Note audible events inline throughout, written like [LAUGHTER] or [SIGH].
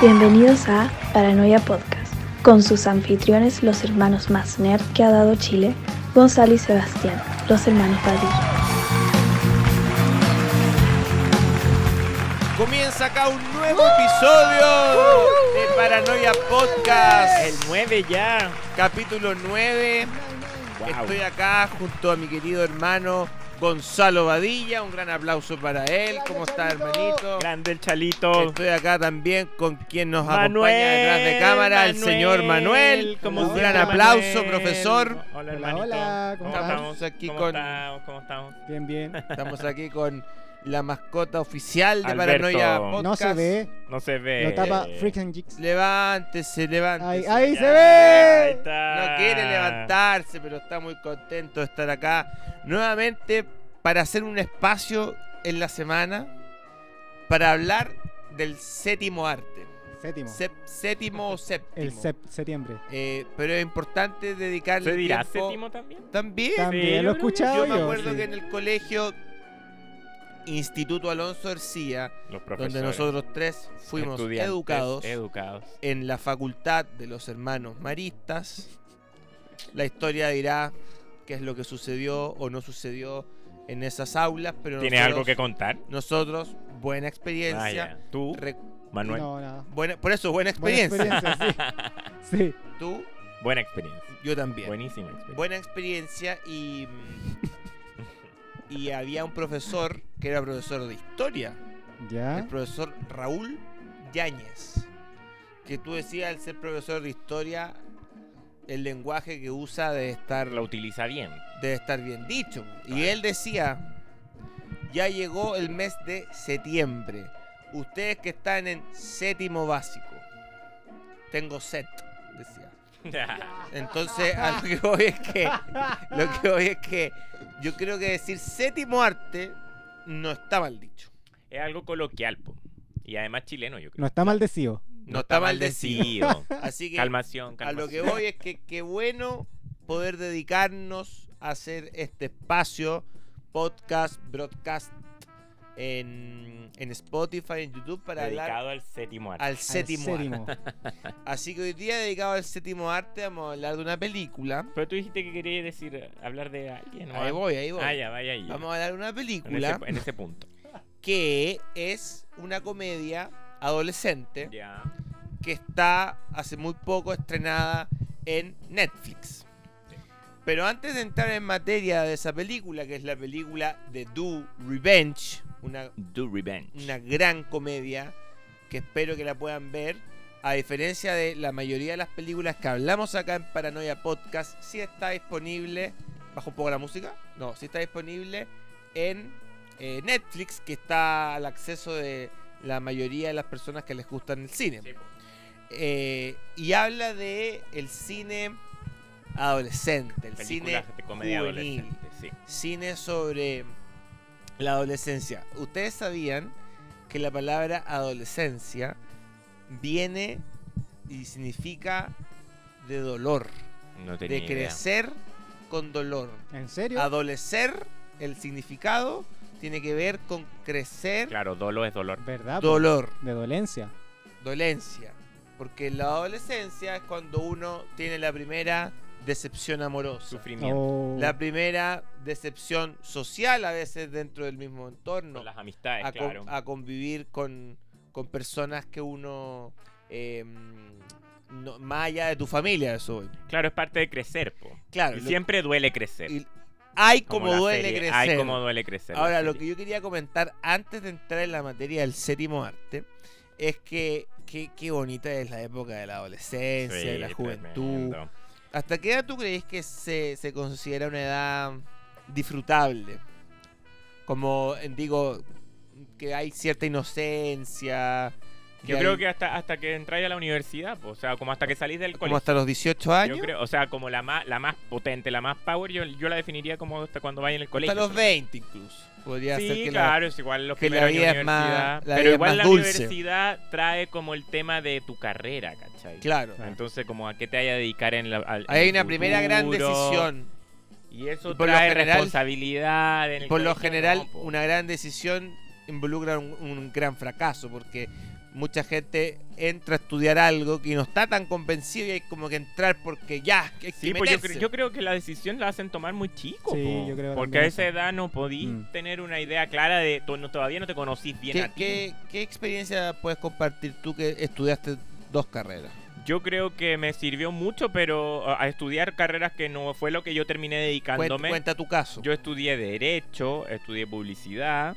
Bienvenidos a Paranoia Podcast, con sus anfitriones, los hermanos más nerd que ha dado Chile, Gonzalo y Sebastián, los hermanos Padilla. Comienza acá un nuevo episodio de Paranoia Podcast, El 9 ya. capítulo 9. Estoy acá junto a mi querido hermano Gonzalo Badilla. Un gran aplauso para él. ¿Cómo está, hermanito? Grande el chalito. Estoy acá también con quien nos Manuel, acompaña detrás de cámara, el señor Manuel. como un siempre, gran aplauso, Manuel. profesor. Hola, Hola, hermanito. hola, ¿cómo estás? estamos? Aquí ¿Cómo con- estamos? ¿Cómo estamos? Bien, bien. Estamos aquí con la mascota oficial de Alberto. Paranoia Podcast. No se ve, No se ve. lo tapa Freaks and Geeks. Levántese, Ahí, levántese. ahí se Ahí ve. está. No quiere levantarse, pero está muy contento de estar acá nuevamente para hacer un espacio en la semana para hablar del séptimo arte. Séptimo. Sep- séptimo o séptimo. El sep- septiembre. Eh, pero es importante dedicarle ¿Se dirá tiempo séptimo también? también. Sí, También yo lo creo he que- escuchado Yo yo. me acuerdo sí. que en el colegio Instituto Alonso Hercía, Los donde nosotros tres fuimos estudiantes educados, Educados. en la facultad de los hermanos maristas. La historia dirá qué es lo que sucedió o no sucedió en esas aulas, pero ¿Tienes nosotros, algo que Ah, contar? nosotros buena experiencia. Vaya. ¿Tú, re- Manuel? No, nada. buena- por eso, buena Buena experiencia. experiencia, sí. Sí. Tú, Buena experiencia. yo también. Buenísima experiencia. Buena experiencia y. Y había un profesor que era profesor de historia, el Ya. profesor Raúl Yáñez, que tú decías al ser profesor de historia, el lenguaje que usa debe estar, La [LAUGHS] utiliza bien. [LAUGHS] debe estar bien dicho. Y él decía, ya llegó el mes de septiembre, ustedes que están en séptimo básico, tengo set, decía. Entonces, a lo que voy es que, lo que voy es que yo creo que decir séptimo arte no está mal dicho. es algo coloquial, po. Y además chileno, yo creo. No está maldecido. No está maldecido. Así que [LAUGHS] calmación, A calmación. lo que voy es que qué bueno poder dedicarnos a hacer este espacio, podcast, broadcast en, en Spotify, en YouTube, para hablar Dedicado al séptimo arte. al séptimo arte. Séptimo. Así que hoy día dedicado al séptimo arte vamos a hablar de una película. Pero tú dijiste que querías decir, eh, hablar de alguien. ¿no? Ahí voy, ahí voy. Ah, ya, vaya ahí. Vamos a hablar de una en ese, película en [LAUGHS] ese punto. que es una comedia adolescente Ya. que está hace muy poco estrenada en Netflix. Pero antes de entrar en materia de esa película, que es la película de Do Revenge, una, Do Revenge. una gran comedia que espero que la puedan ver, a diferencia de la mayoría de las películas que hablamos acá en Paranoia Podcast, sí está disponible, bajo un poco la música, no, sí está disponible en eh, Netflix, que está al acceso de la mayoría de las personas que les gustan el cine. Eh, y habla de el cine adolescente, el Películas cine de comedia juvenil. adolescente, sí. cine sobre la adolescencia. ¿Ustedes sabían que la palabra adolescencia viene y significa de dolor, No tenía de idea. crecer con dolor? ¿En serio? Adolecer, el significado tiene que ver con crecer, Claro, dolo es dolor. ¿Verdad? po? dolor De dolencia. dolencia. Porque la adolescencia es cuando uno tiene la primera decepción amorosa. Sufrimiento. Oh. La primera decepción social a veces dentro del mismo entorno. Con las amistades, A, con- claro. a convivir con, con personas que uno... eh, no- más allá de tu familia, eso voy. Claro, es parte de crecer, po. Claro. y lo- siempre duele crecer. y- hay como, la duele serie, crecer. Ay, como duele crecer. la Ahora, lo que serie. yo quería comentar antes de entrar en la materia del séptimo arte es que que- qué bonita es la época de la adolescencia, de Sí, la juventud. tremendo. ¿Hasta qué edad tú crees que se, se considera una edad disfrutable? Como eh, digo, que hay cierta inocencia. Yo creo que hasta, hasta que entráis a la universidad, po, o sea, como hasta que salís del Como colegio. hasta los 18 años. Yo creo, o sea, como la más, la más potente, la más power, yo, yo la definiría como hasta cuando vaya en el colegio. hasta los 20 incluso. Podría ser Sí, que la- claro, es igual los que la primeros años vida de es más- universidad, la vida pero es igual más la dulce. universidad trae como el tema de tu carrera, ¿cachai? Claro. Entonces, como a qué te vaya a dedicar en la. al- en Ahí hay el una primera gran futuro, decisión. Y eso Y por lo trae general- responsabilidad. en el Por lo colegio, general, no, po. una gran decisión involucra un, un gran fracaso, porque mucha gente entra a estudiar algo que no está tan convencido y hay como que entrar porque ya, que hay que Sí, pues yo, meterse. cre- yo creo que la decisión la hacen tomar muy chico. Sí, po. yo creo Porque también a esa eso. edad no podís Mm. tener una idea clara de. to- no- todavía no te conocís bien ¿Qué, a ti. qué, qué experiencia puedes compartir tú que estudiaste dos carreras? Yo creo que me sirvió mucho, pero a, a estudiar carreras que no fue lo que yo terminé Cuen- dedicándome. Cuenta tu caso. Yo estudié Derecho, estudié Publicidad.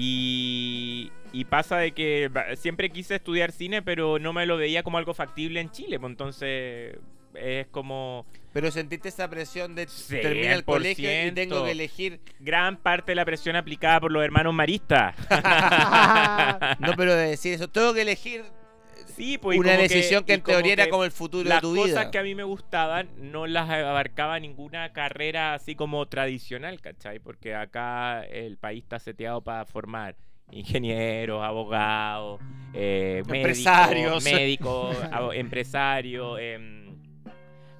Y, y pasa de que ba- siempre quise estudiar cine, pero no me lo veía como algo factible en Chile. pues, Entonces es como Pero sentiste esa presión de termina el colegio y tengo 100%. que [LAUGHS] elegir. gran parte de la presión aplicada por los hermanos maristas. No, pero de decir eso, tengo que elegir Sí, pues, y una como decisión que, y en teoría que era como el futuro de las tu cosas vida. que a mí me gustaban no las abarcaba ninguna carrera así como tradicional, ¿cachai? Porque acá el país está seteado para formar ingenieros, abogados, eh, Empresarios. médicos, médicos, [LAUGHS] abo- empresarios, em,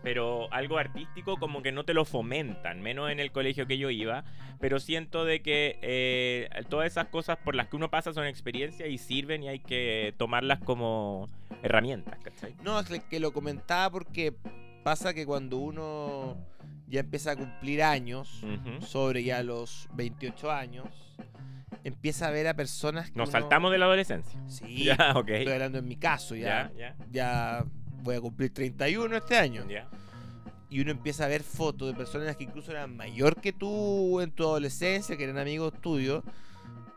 pero algo artístico como que no te lo fomentan, menos en el colegio que yo iba, pero siento de que eh, todas esas cosas por las que uno pasa son experiencias y sirven y hay que tomarlas como herramientas, ¿cachai? No, es que lo comentaba porque pasa que cuando uno ya empieza a cumplir años, Ujú. sobre ya los 28 años, empieza a ver a personas que Nos uno- saltamos de la adolescencia. Sí, [LAUGHS] ya, ok. estoy hablando en mi caso ya. Ya, ya, Ya voy a cumplir 31 este año. ya. y uno empieza a ver fotos de personas que incluso eran mayor que tú en tu adolescencia, que eran amigos tuyos,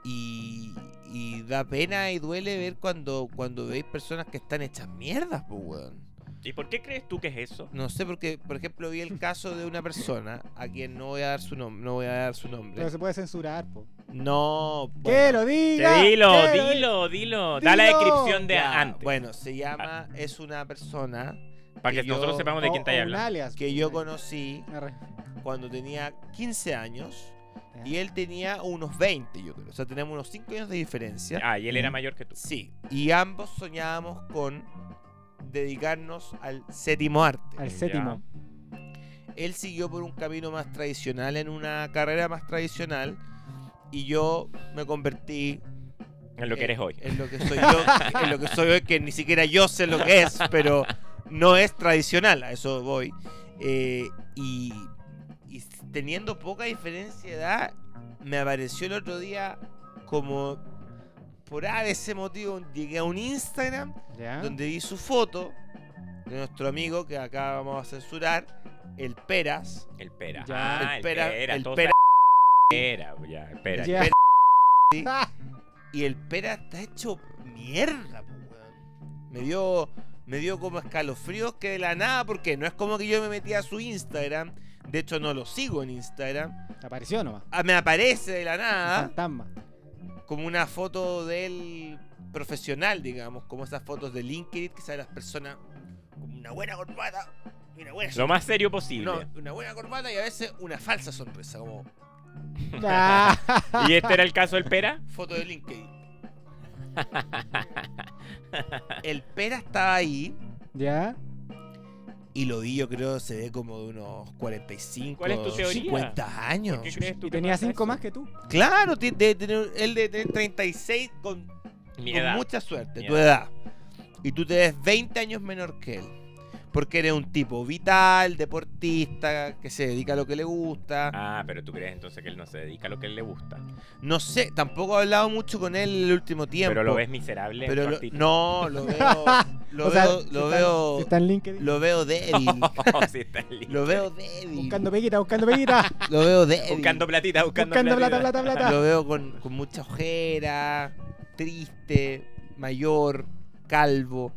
y, y da pena y duele ver cuando, cuando veis personas que están hechas mierdas, pues, weón. ¿Y por qué crees tú que es eso? No sé, porque, por ejemplo, vi el caso de una persona a quien no voy a dar su, nom- no voy a dar su nombre. Pero se puede censurar, po. No. ¡Que bueno, lo Que diga! dilo, que lo diga. dilo, dilo, Da la Dilo. descripción de ya, antes. Bueno, se llama, es una persona para que, que yo- nosotros sepamos de O- quién está o un hablando. alias, que po, yo ahí. conocí Una re- cuando tenía 15 años. Ya. Y él tenía unos 20, yo creo. O sea, tenemos unos 5 años de diferencia. Ah, y él era mayor que tú. Sí. Y ambos soñábamos con dedicarnos al séptimo arte. Al séptimo. Él siguió por un camino más tradicional, en una carrera más tradicional. Y yo me convertí En lo que eres hoy. en Eh, lo que soy yo, en lo que soy hoy, que ni siquiera yo sé lo que es, pero no es tradicional, a eso voy. Eh, y, y teniendo poca diferencia de edad, me apareció el otro día como por A de ese motivo, llegué a un Instagram Ah. Ya. donde vi su foto de nuestro amigo que acá vamos a censurar, el Peras. El pera. Ya. Ah, el pera. el todo Peras pera. Ya, el pera. Ya. [LAUGHS] espera. Y el pera está hecho mierda, po, weón. Me dio, me dio como escalofríos que de la nada, porque no es como que yo me metí a su Instagram. De hecho, no lo sigo en Instagram. Apareció nomás. Ah, me aparece de la Ah. Un nada Fantasma. [LAUGHS] como una foto de él profesional, digamos, como esas fotos de LinkedIn que salen las personas con una buena corbata y una buena Lo más serio posible. no, una buena corbata y a veces una falsa sonrisa, como Ya. [LAUGHS] ¿Y este era el caso [LAUGHS] del pera? foto de LinkedIn. El pera estaba ahí Ya. Y lo vi, yo creo, se ve como de unos 45, ¿Cuál es tu teoría? 50 años. ¿Qué crees tú? Y que tenía pasa cinco eso? más que tú. Claro, ti- debe tener- él debe tener 36 con, Mi con edad. mucha suerte, Mi tu edad. Y tú te ves 20 años menor que él. Porque eres un tipo vital, deportista, que se dedica a lo que le gusta. Ah, pero tú crees entonces que él no se dedica a lo que él le gusta. No sé, tampoco he hablado mucho con él el último tiempo. Pero lo ves miserable. en Pero tu lo- [LAUGHS] actitud. no, lo [LAUGHS] veo. Lo O sea, veo, si lo, está- veo si está en LinkedIn. lo veo débil. [LAUGHS] Oh, Sí, está en línea. lo veo débil. Buscando peguita, [LAUGHS] buscando peguita. Lo veo débil. Buscando platita, buscando, buscando platita. plata, plata, plata. Lo veo con, con mucha ojera, triste, mayor, calvo.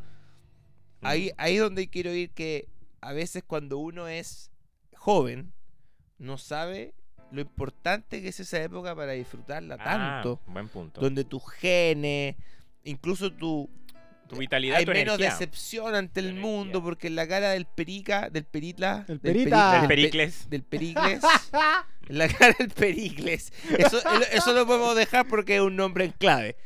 Mm. Ahí, ahí es donde quiero ir que a veces cuando uno es joven, no sabe lo importante que es esa época para disfrutarla Ah, tanto. buen punto. Donde tus genes, incluso tu... tu vitalidad, hay tu menos energía. decepción ante Tu el energía. mundo porque en la cara del perica, del perita... El del perita. peri- del Del pe- Pericles. Del pericles. [LAUGHS] Ah. La cara del Pericles. Eso, eso lo podemos dejar porque es un nombre en clave.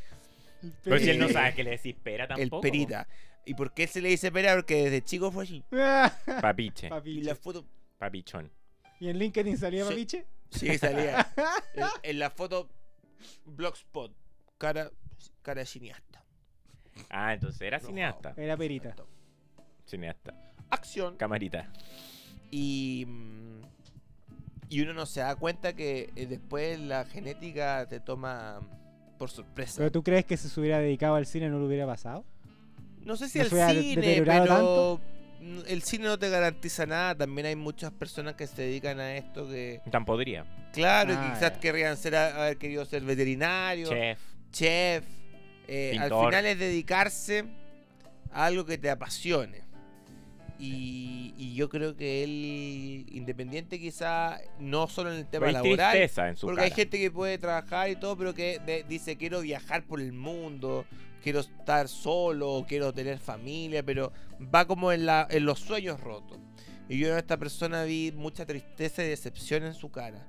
Pero si él no [LAUGHS] Pericles. sabe que le decís pera tampoco. El Perita. ¿Y por qué se le dice Pera? Porque desde chico fue así. Papiche, Y Ah, Papiche. la foto. papichón. ¿Y en LinkedIn salía Sí. papiche? Sí, [LAUGHS] salía. En, en la foto Blogspot. Cara, cara de cineasta. Ah, entonces era cineasta. Era perita. Cineasta. Acción. Camarita. Y, mm, y uno no se da cuenta que eh, después la genética te toma por sorpresa. ¿Pero tú crees que si se hubiera dedicado al cine no lo hubiera pasado? No sé si ¿No el se hubiera de- cine, deteriorado pero mm, el cine no te garantiza nada. También hay muchas personas que se dedican a esto que, Tan podría. claro, y Ah, quizás ya. querrían ser, haber querido ser veterinario, chef. Chef. Eh, al Pintor. final es dedicarse a algo que te apasione. Y, y yo creo que él, independiente quizás, no solo en el tema Hay laboral, tristeza en su Porque cara. hay gente que puede trabajar y todo, pero que de- dice quiero viajar por el mundo, quiero estar solo, quiero tener familia, pero va como en, la, en los sueños rotos. Y yo en esta persona vi mucha tristeza y decepción en su cara.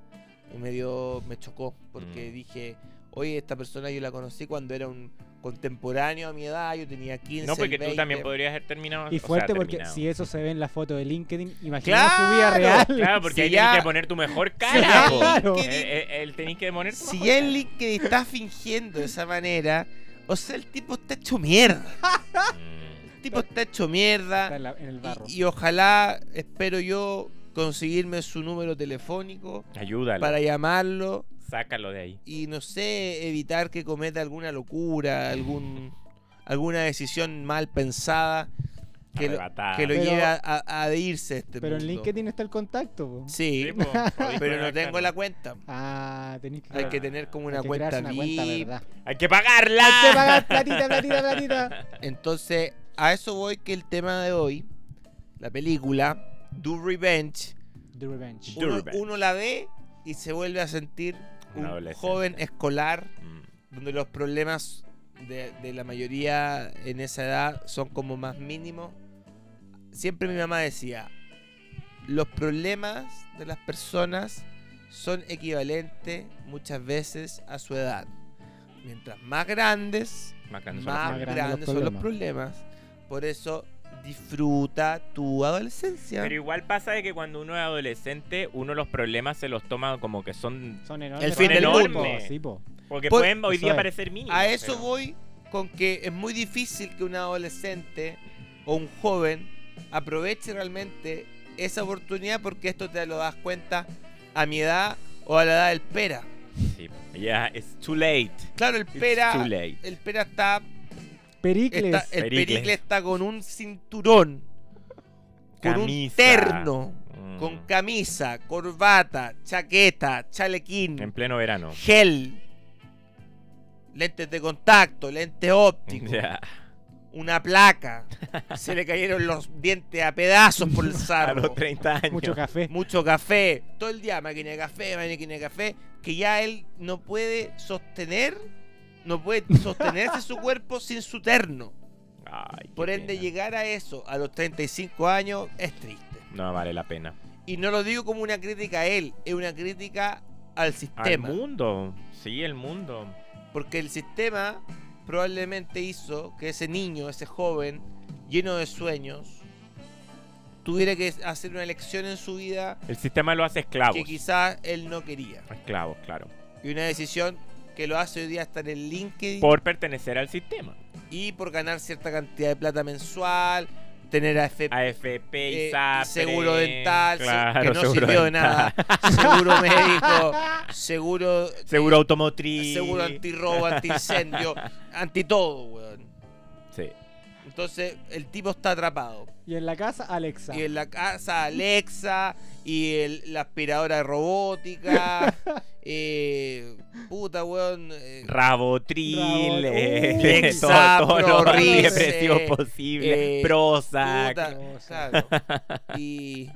Y me dio, me chocó, porque Mm. dije, oye, esta persona yo la conocí cuando era un contemporáneo a mi edad, yo tenía 15. No, porque tú 20". también podrías haber terminado. Y Ah, o sea, fuerte porque terminado. si eso se ve en la foto de LinkedIn, imagina su vida real. [LAUGHS] ¡Claro! Claro, porque Si ahí ya- tienes que poner tu mejor cara. po. Claro. Eh, eh, él tenés que poner Si tu mejor ya cara. el LinkedIn está fingiendo de esa manera, o sea, el tipo está hecho mierda. Mm. El tipo está hecho Está mierda. en, la- en el y- barro. Y, ojalá, espero yo, conseguirme su número telefónico Ayúdalo. para llamarlo Sácalo de ahí. y no sé, evitar que cometa alguna locura, algún, alguna decisión mal pensada que lo, Arrebatada. que lo Pero- lleve a, a- a irse de este Pero en mundo. LinkedIn está el contacto. po. Sí, Sí, po, podéis [LAUGHS] pero no poner tengo cara. la cuenta. Ah, tenéis que, Hay hay que tener como una que cuenta crearse VIP. ¿verdad? Hay que pagarla. Te pagas platita, platita, platita. [LAUGHS] Entonces, a eso voy que el tema de hoy, la película Do Revenge, The Revenge. The uno, Revenge. uno la ve y se vuelve a sentir Un un adolescente. joven escolar Mm. donde los problemas de, de la mayoría en esa edad son como más mínimos. Siempre mi mamá decía, los problemas de las personas son equivalentes muchas veces a su edad. Mientras más grandes, Más grande son los más problemas. problemas. grandes son los problemas. Por eso disfruta tu adolescencia. Pero igual pasa de que cuando uno es adolescente, uno los problemas se los toma como que son. Son enormes. El fin son del enormes, mundo. po, Sí, po. Porque Por- pueden hoy eso día es. parecer mínimos. Pues, A eso pero- voy con que es muy difícil que un adolescente o un joven aproveche realmente esa oportunidad porque esto te lo das cuenta a mi edad o a la edad del pera. Sí. Ya, it's too late. Claro, el It's pera, too late. el pera está, Pericles. está el Pericles. pericle está con un cinturón, con un Camisa. terno, Mm. con camisa, corbata, chaqueta, chalequín, En pleno verano. gel, lentes de contacto, lente óptico. [LAUGHS] Ya. una placa. Se le cayeron los dientes a pedazos [LAUGHS] por el A sarro. los 30 años. Mucho café. Mucho café. Todo el día máquina de café, máquina de café. Que ya él no puede sostener. No puede sostenerse su cuerpo sin su terno. Ay, [LAUGHS] qué Por ende, pena. llegar a eso a los 35 años es triste. No vale la pena. Y no lo digo como una crítica a él, es una crítica al Al sistema. mundo. Sí, el mundo. Porque el sistema probablemente hizo que ese niño, ese joven, lleno de sueños, tuviera que hacer una elección en su vida El sistema lo hace esclavos. que quizás él no quería. Esclavos, claro. Y una decisión que lo hace hoy día estar en LinkedIn Por pertenecer al sistema. y por ganar cierta cantidad de plata mensual, tener AFP, AFP, eh, ISAPRE, seguro dental, se- claro, que no seguro sirvió de dental, [LAUGHS] nada, seguro médico, seguro... eh, Seguro automotriz. Seguro antirrobo, antiincendio, anti todo, weón. Sí. Entonces el tipo está atrapado. Y en la casa, Alexa. Y en la casa Alexa y el- la aspiradora de robótica. eh, puta, weón. eh, Rabotril, Rabotril, eh, uh, [LAUGHS] todo- todos los Lexapro, antidepresivos Rice, posibles, eh, Prozac. puta, cosa. claro. [LAUGHS] Y,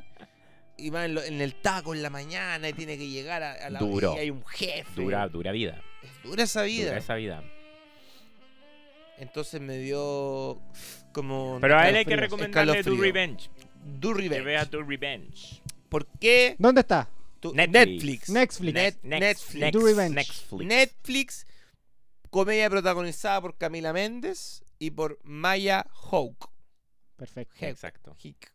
y va en, lo- en el taco en la mañana y tiene que llegar a, a la Duro. y hay un jefe. Dura, dura vida. Es dura esa vida. Dura esa vida. Entonces me dio como. Pero a él hay que Escalofríos. recomendarle tu Escalofrío. Revenge. Do Que Revenge. vea tu Revenge. ¿Por qué? ¿Dónde está? tu- Netflix. Netflix. Net- Next, Netflix. next, Do Revenge. Netflix. Netflix, comedia protagonizada por Camila Méndez y por Maya Hawke. Perfecto. Heck. Exacto. Hick.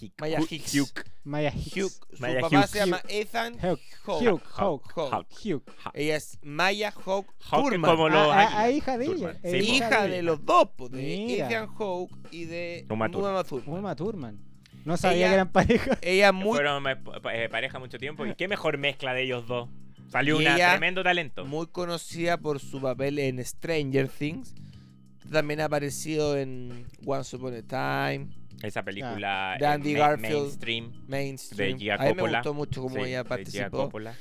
Hick- Maya Hu- Hicks. Hugh- Maya Hugh, Hicks. su Pues, Maya papá Hugh. se llama Ethan Hugh. Hawke. Hugh. Hawke. Hawke. Hugh. Ella es Maya Hawke Hawke Turman. como lo- Ah, ah, águila. ah, hija de ella. Turman. eh, Sí, po. hija de los dos, po, de Mira. Ethan Hawke y de Uma Thurman. Uma Thurman. Uma Thurman. No sabía Ella- que eran pareja. [LAUGHS] Ella muy, Fueron eh, pa- eh, pareja mucho tiempo. Y qué mejor mezcla de ellos dos. Salió Y un ella- tremendo talento. muy conocida por su papel en Stranger Things. También ha aparecido en Once Upon a Time, Esa película De eh, Andy ma- Ah, Garfield. mainstream de Mainstream. Gia A mí me Coppola. gustó mucho cómo Sí, ella de Gia participó. Coppola.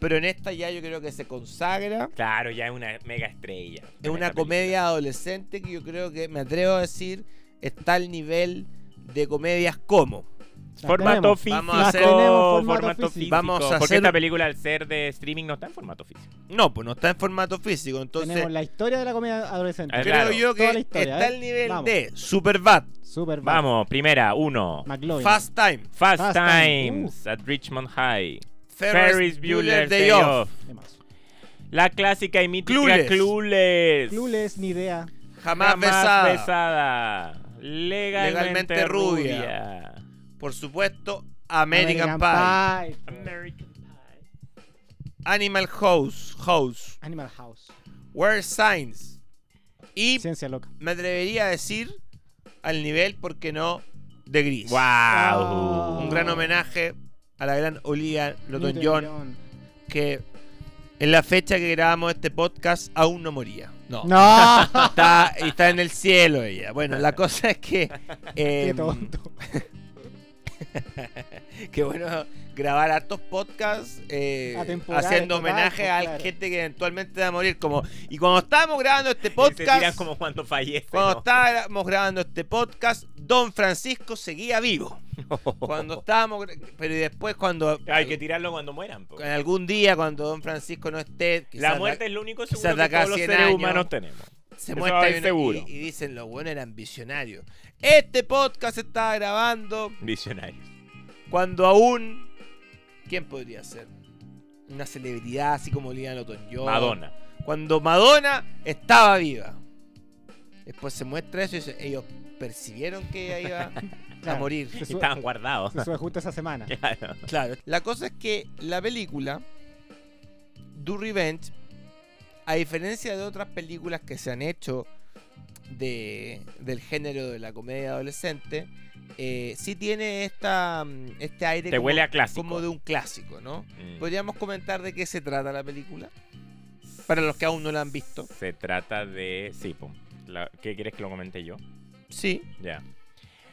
Pero en esta ya yo creo que se consagra. Claro, ya es una mega estrella. Es una comedia adolescente que yo creo que, me atrevo a decir, está al nivel de comedias como. La Formato tenemos. físico. Vamos a hacer- Tenemos formato formato físico. físico. Vamos a Porque hacer- esta película, al ser de streaming, no está en formato físico. No, pues no está en formato físico. Entonces, eh, Tenemos la historia de la comedia adolescente. A ver. creo Claro, yo que toda la historia, está ¿eh? al nivel Vamos. de Superbad, Super Vamos, primera, uno. McLovin. Fast Time, Fast, Fast Times at Richmond High. Ferris, Bueller's Day Off, Temazo. La clásica y mítica Clueless. Clueless. Clueless, ni idea. Jamás, Jamás Besada. besada. Legalmente, Legalmente rubia. rubia. Por supuesto, American, Pie. Pie. American Pie. Animal House, House, Animal House. Where Signs. Y Ciencia loca. me atrevería a decir al nivel, ¿por qué no?, de Gris. Wow. Ah. Un gran homenaje a la gran Olivia Newton Newton John, John. que en la fecha que grabamos este podcast aún no moría. No. No. [LAUGHS] [LAUGHS] Está, y está en el cielo ella. Bueno, la cosa es que. Qué em, tonto. Qué bueno grabar hartos podcasts eh, Atemporales, haciendo total, homenaje pues, a claro. gente que eventualmente va a morir. Como, y cuando estábamos grabando este Se tiran podcast, como cuando fallece. cuando ¿no? estábamos grabando este podcast, Don Francisco seguía [LAUGHS] vivo. Cuando estábamos, gra- pero y después cuando Hay que tirarlo cuando mueran. po. en algún día cuando Don Francisco no esté, quizás La muerte es lo único quizás seguro de que acá a todos los 100 seres años. humanos tenemos. se eso muestra es y, seguro. y- y dicen los buenos eran visionarios. Este podcast se estaba grabando Visionarios. Cuando aún. ¿Quién podría ser? Una celebridad así como Olivia Newton-John. Madonna. Cuando Madonna estaba viva. Después se muestra eso y se- ellos percibieron que ella iba a Claro. morir. Se sube- Estaban guardados. [LAUGHS] se sube justo esa semana. [LAUGHS] Claro. Claro. La cosa es que la película, Do Revenge, a diferencia de otras películas que se han hecho de- del género de la comedia adolescente, eh, sí tiene esta, mm, este aire Te como- huele a clásico. como de un clásico, ¿no? Mm. ¿Podríamos comentar de qué se trata la película? Para los que aún no la han visto. Se trata de. Sí, po. La- ¿Qué quieres que lo comente yo? Sí. Ya.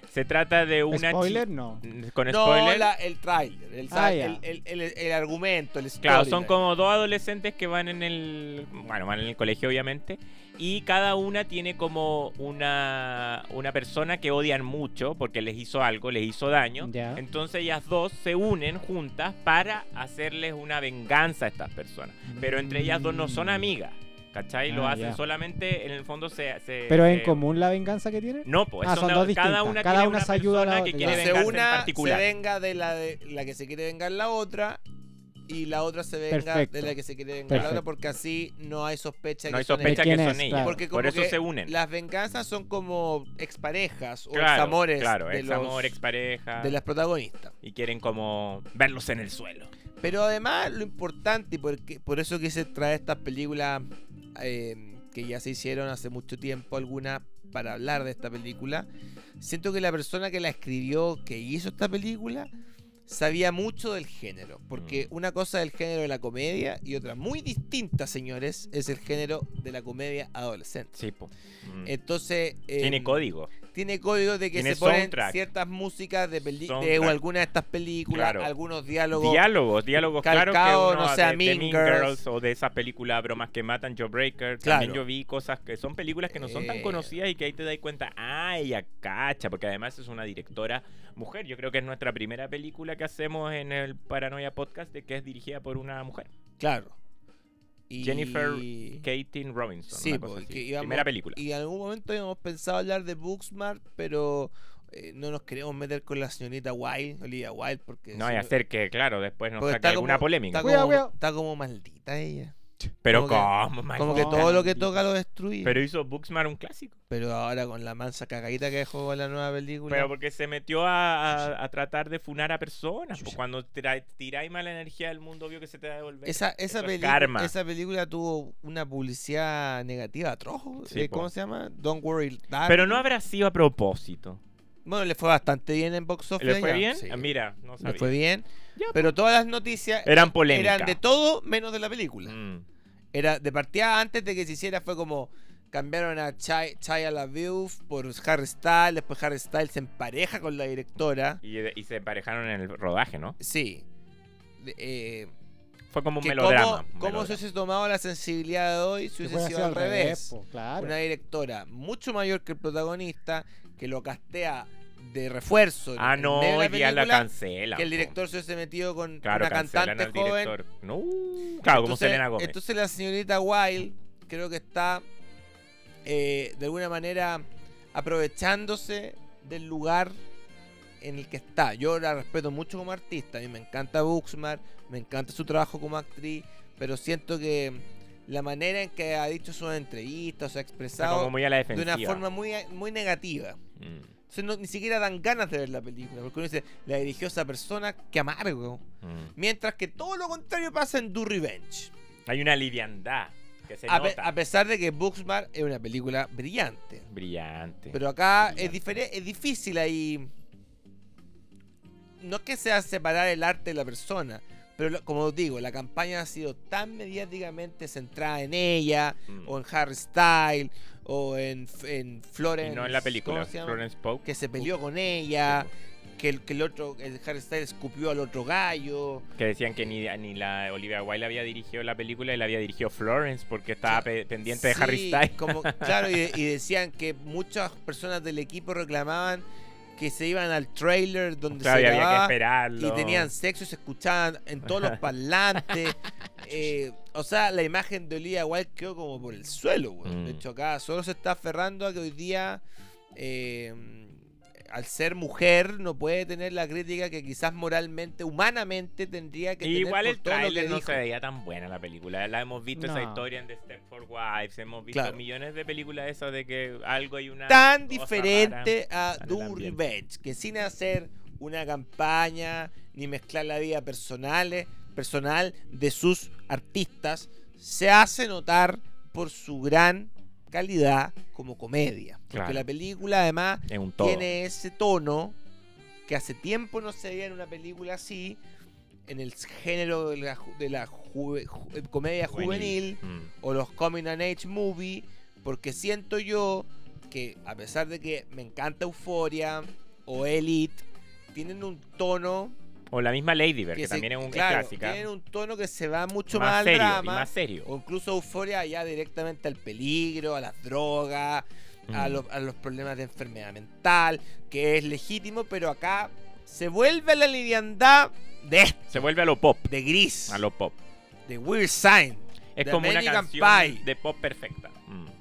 Se trata de una. chi- Spoiler, no. Con No, spoiler. la- el tráiler, el, Ah, ya. el, el- el- el argumento, el Claro, storyline. son como dos adolescentes que van en el. Bueno, van en el colegio, obviamente. Y cada una tiene como una, una persona que odian mucho porque les hizo algo, les hizo daño. Ya. Entonces ellas dos se unen juntas para hacerles una venganza a estas personas. Pero entre ellas dos no son Mm. amigas. ¿Cachai? Lo Ah, hacen ya. solamente, en el fondo se. se- ¿Pero es en se- común la venganza que tienen? No, pues Ah, son son dos- dos cada distintas. una Cada quiere una una se ayuda a la persona otra, que ya. quiere se vengarse en una se particular. venga de la, de la que se quiere vengar la otra y la otra se venga Perfecto. de la que se quiere vengar la Perfecto. otra porque así no hay sospecha. No que hay son sospecha ¿De que quién son es? ellos. Claro. Porque como Por eso que se unen. Las venganzas son como exparejas o Claro, examores Claro, de, los- examor, expareja. de las protagonistas. Y quieren como verlos en el suelo. Pero además lo importante, y porque, por eso quise traer estas películas eh, que ya se hicieron hace mucho tiempo, algunas para hablar de esta película, siento que la persona que la escribió, que hizo esta película, sabía mucho del género. Porque Mm. una cosa es el género de la comedia y otra muy distinta, señores, es el género de la comedia adolescente. Sí, po. Mm. Entonces... eh, Tiene código. tiene código de que Tiene se ponen soundtrack. ciertas músicas de, peli- de Soundtrack. alguna de estas películas, Claro. algunos diálogos. Diálogos, diálogos claro Calcao, que uno no sea de, de Mean Mean Girls. Girls. o de esas películas bromas que matan, Jawbreaker. Claro. También yo vi cosas que son películas que no son Eh. tan conocidas y que ahí te das cuenta, ah, ella cacha, porque además es una directora mujer. Yo creo que es nuestra primera película que hacemos en el Paranoia Podcast de que es dirigida por una mujer. Claro. Y- Jennifer Katie Robinson. Sí, una cosa porque así. íbamos- Primera película. Y en algún momento habíamos pensado hablar de Booksmart, pero eh, no nos queremos meter con la señorita Wild, Olivia Wild, porque. No, y si hacer que, claro, después nos porque saque alguna como, polémica. Está Cuidado, como, cuidado. está como maldita ella. Pero Como que- ¿cómo, Mike? Como que todo lo que toca lo destruye. Pero, Pero hizo Booksmart un clásico. ahora con la mansa cagadita que dejó la nueva película. Pero porque se metió a, a- a tratar de funar a personas. pues, cuando tra- tiráis mala energía del mundo, obvio que se te va a devolver. esa, esa, Eso es pelicu- karma. esa película tuvo una publicidad negativa atroz. Sí, eh, ¿Cómo po. se llama? Don't Worry Darling. Pero no habrá sido a propósito. Bueno, le fue bastante bien en box office. ¿Le fue allá. bien? Sí. Ah, Mira, no Le sabía. fue bien. Ya, Pero todas las noticias Eran polémicas. eran de todo menos de la película. Mm. Era de partida antes de que se hiciera fue como cambiaron a Chai- Shia LaBeouf por Harry Styles, después Harry Styles se empareja con la directora. Y, y se emparejaron en el rodaje, ¿no? Sí. De- eh, Fue como un que melodrama. ¿Cómo, un cómo se melodrama. hubiese tomado la sensibilidad de hoy si Que hubiese puede sido ser al revés? po, claro. Una directora mucho mayor que el protagonista que lo castea de refuerzo. en- Ah, en no, medio de hoy día la película, cancela. Que el director se hubiese metido con claro, una cancelan cantante al joven director. No. Claro, como entonces, Selena Gómez. Entonces la señorita Wild creo que está eh, de alguna manera aprovechándose del lugar en el que está. Yo la respeto mucho como artista, a mí me encanta Buxmar, me encanta su trabajo como actriz, pero siento que la manera en que ha dicho sus entrevistas, se ha Está como expresado muy a la de defensiva. una forma muy, muy negativa. Mm, Entonces no- ni siquiera dan ganas de ver la película, porque uno dice, la dirigió esa persona, qué amargo. mm. Mientras que todo lo contrario pasa en Do Revenge. Hay una liviandad que se A, pe- nota. a pesar de que Booksmart es una película brillante. Brillante. Pero acá Brillante. es, difere- es difícil ahí. No es que sea separar el arte de la persona. Pero lo- como digo, la campaña ha sido tan mediáticamente centrada en ella, Mm. o en Harry Styles, o en, F- en Y Florence. no en la película. ¿cómo se llama? Florence Pugh. Que se peleó con ella, que el, que el otro, el Harry Styles escupió al otro gallo. Que decían que ni, ni la Olivia Wilde había dirigido la película y la había dirigido Florence porque estaba Sí. pe- pendiente de Harry Sí, Styles. [LAUGHS] Como, claro, y, de- y decían que muchas personas del equipo reclamaban que se iban al trailer donde Claro, y se había que grababa esperarlo. y tenían sexo y se escuchaban en todos los [LAUGHS] parlantes. Eh, o sea, la imagen de Olivia Wilde quedó como por el suelo, güey. De Mm. hecho, acá solo se está aferrando a que hoy día, eh, al ser mujer, no puede tener la crítica que quizás moralmente, humanamente tendría que Y tener igual por el todo lo que tráiler no dijo. se veía tan buena la película. La hemos visto esa No. historia en The Stepford Wives, hemos visto Claro. millones de películas esas de que algo hay una tan cosa diferente a en el Do ambiente. Revenge, que sin hacer una campaña ni mezclar la vida personal, personal de sus artistas, se hace notar por su gran calidad como comedia. Porque Claro. la película además rara. Es un todo. tiene ese tono que hace tiempo no se veía en una película así, en el género de la, ju- de la juve- ju- comedia juvenil Mm. o los Coming and Age Movie, porque siento yo que a pesar de que me encanta Euforia o Elite, tienen un tono O la misma Lady Bird, que, se- también es un claro, clásica. Tienen un tono que se va mucho más, al más serio, y drama. más serio. O incluso Euforia ya directamente al peligro, a las drogas, a, Mm. los, a los problemas de enfermedad mental, que es legítimo, pero acá se vuelve a la liviandad de, esto, Se vuelve a lo pop, de gris, a lo pop. de Weird Sign, Es The como una American canción Pie. de pop perfecta. Mm.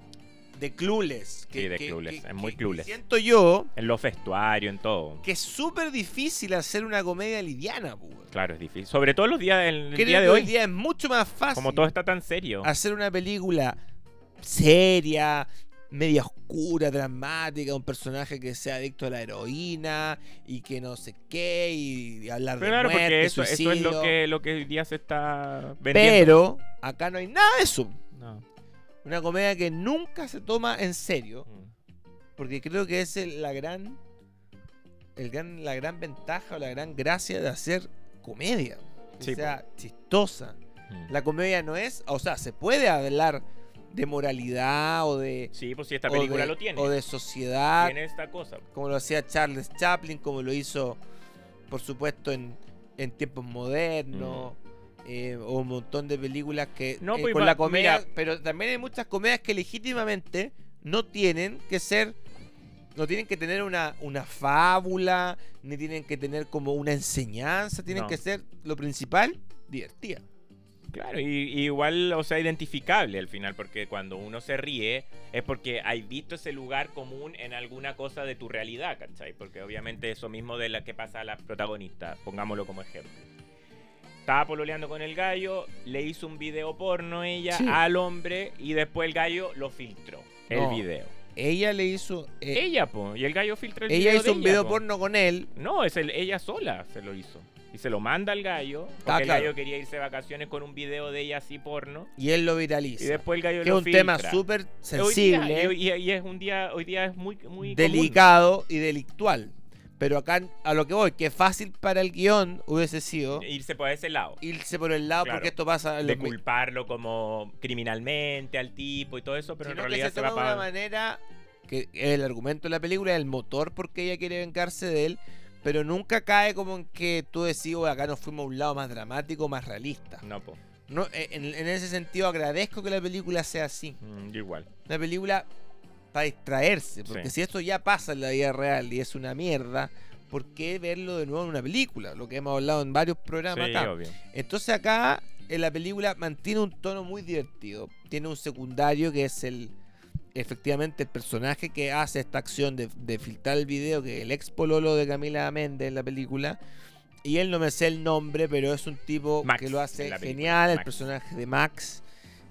de clueless. Sí, de Clueless, es muy Clueless. Siento yo En los vestuarios, en todo. que es súper difícil hacer una comedia liviana, pú, weón. Claro, es difícil. Sobre todo los días del Creo día de que hoy. hoy día es mucho más fácil como todo está tan serio. hacer una película seria, media oscura, dramática, un personaje que sea adicto a la heroína y que no sé qué, y hablar Pero de claro, muerte, porque eso, eso suicidio. es lo que, lo que hoy día se está vendiendo. Pero acá no hay nada de eso. No. Una comedia que nunca se toma en serio. Mm. Porque creo que es el- la gran, el gran, la gran ventaja o la gran gracia de hacer comedia. O Sí, sea, chistosa. Mm. La comedia no es, o sea, se puede hablar de moralidad o de, Sí, pues si esta o película de- lo tiene. o de sociedad, Tiene esta cosa. como lo hacía Charles Chaplin, como lo hizo, por supuesto, en, en tiempos modernos. eh, o un montón de películas que Mm. No, eh, pues, con va- la comedia mira. pero también hay muchas comedias que legítimamente no tienen que ser no tienen que tener una, una fábula ni tienen que tener como una enseñanza tienen No. que ser lo principal divertida Claro, y, y igual, o sea, identificable al final, porque cuando uno se ríe es porque hay visto ese lugar común en alguna cosa de tu realidad, ¿cachai? Porque obviamente eso mismo de la que pasa a la protagonista, pongámoslo como ejemplo. estaba pololeando con el gallo, le hizo un video porno ella Sí. al hombre y después el gallo lo filtró. El No. video. Ella le hizo. eh, ella, po. Y el gallo filtra el ella video. de hizo un video po. porno con él. No, es el, ella sola se lo hizo. Y se lo manda al gallo. Porque Ah, el claro. gallo quería irse de vacaciones con un video de ella así porno. Y él lo Y viraliza. después el gallo que es lo un filtra. tema súper Hoy día- sensible. y, y- y es un día, hoy día es muy, muy común. delicado y delictual. Pero acá a lo que voy, que fácil para el guión hubiese sido Irse por ese lado. irse por el lado Claro. porque esto pasa en de los mi- culparlo como criminalmente al tipo y todo eso, pero sino en que se realidad se va toma de una para... manera que el argumento de la película es el motor porque ella quiere vengarse de él, pero nunca cae como en que tú decís, "Oye, acá nos fuimos a un lado más dramático, más realista. No, po. No, eh, en, en ese sentido agradezco que la película sea así. Mm, yo igual. Una película para distraerse, porque Sí. si esto ya pasa en la vida real y es una mierda, ¿por qué verlo de nuevo en una película? Lo que hemos hablado en varios programas Sí, acá. obvio. Entonces acá en la película mantiene un tono muy divertido. Tiene un secundario que es el efectivamente el personaje que hace esta acción de, de filtrar el video, que es el ex pololo de Camila Méndez en la película. Y él no me sé el nombre, pero es un tipo Max, que lo hace en la película, genial, el Max. personaje de Max.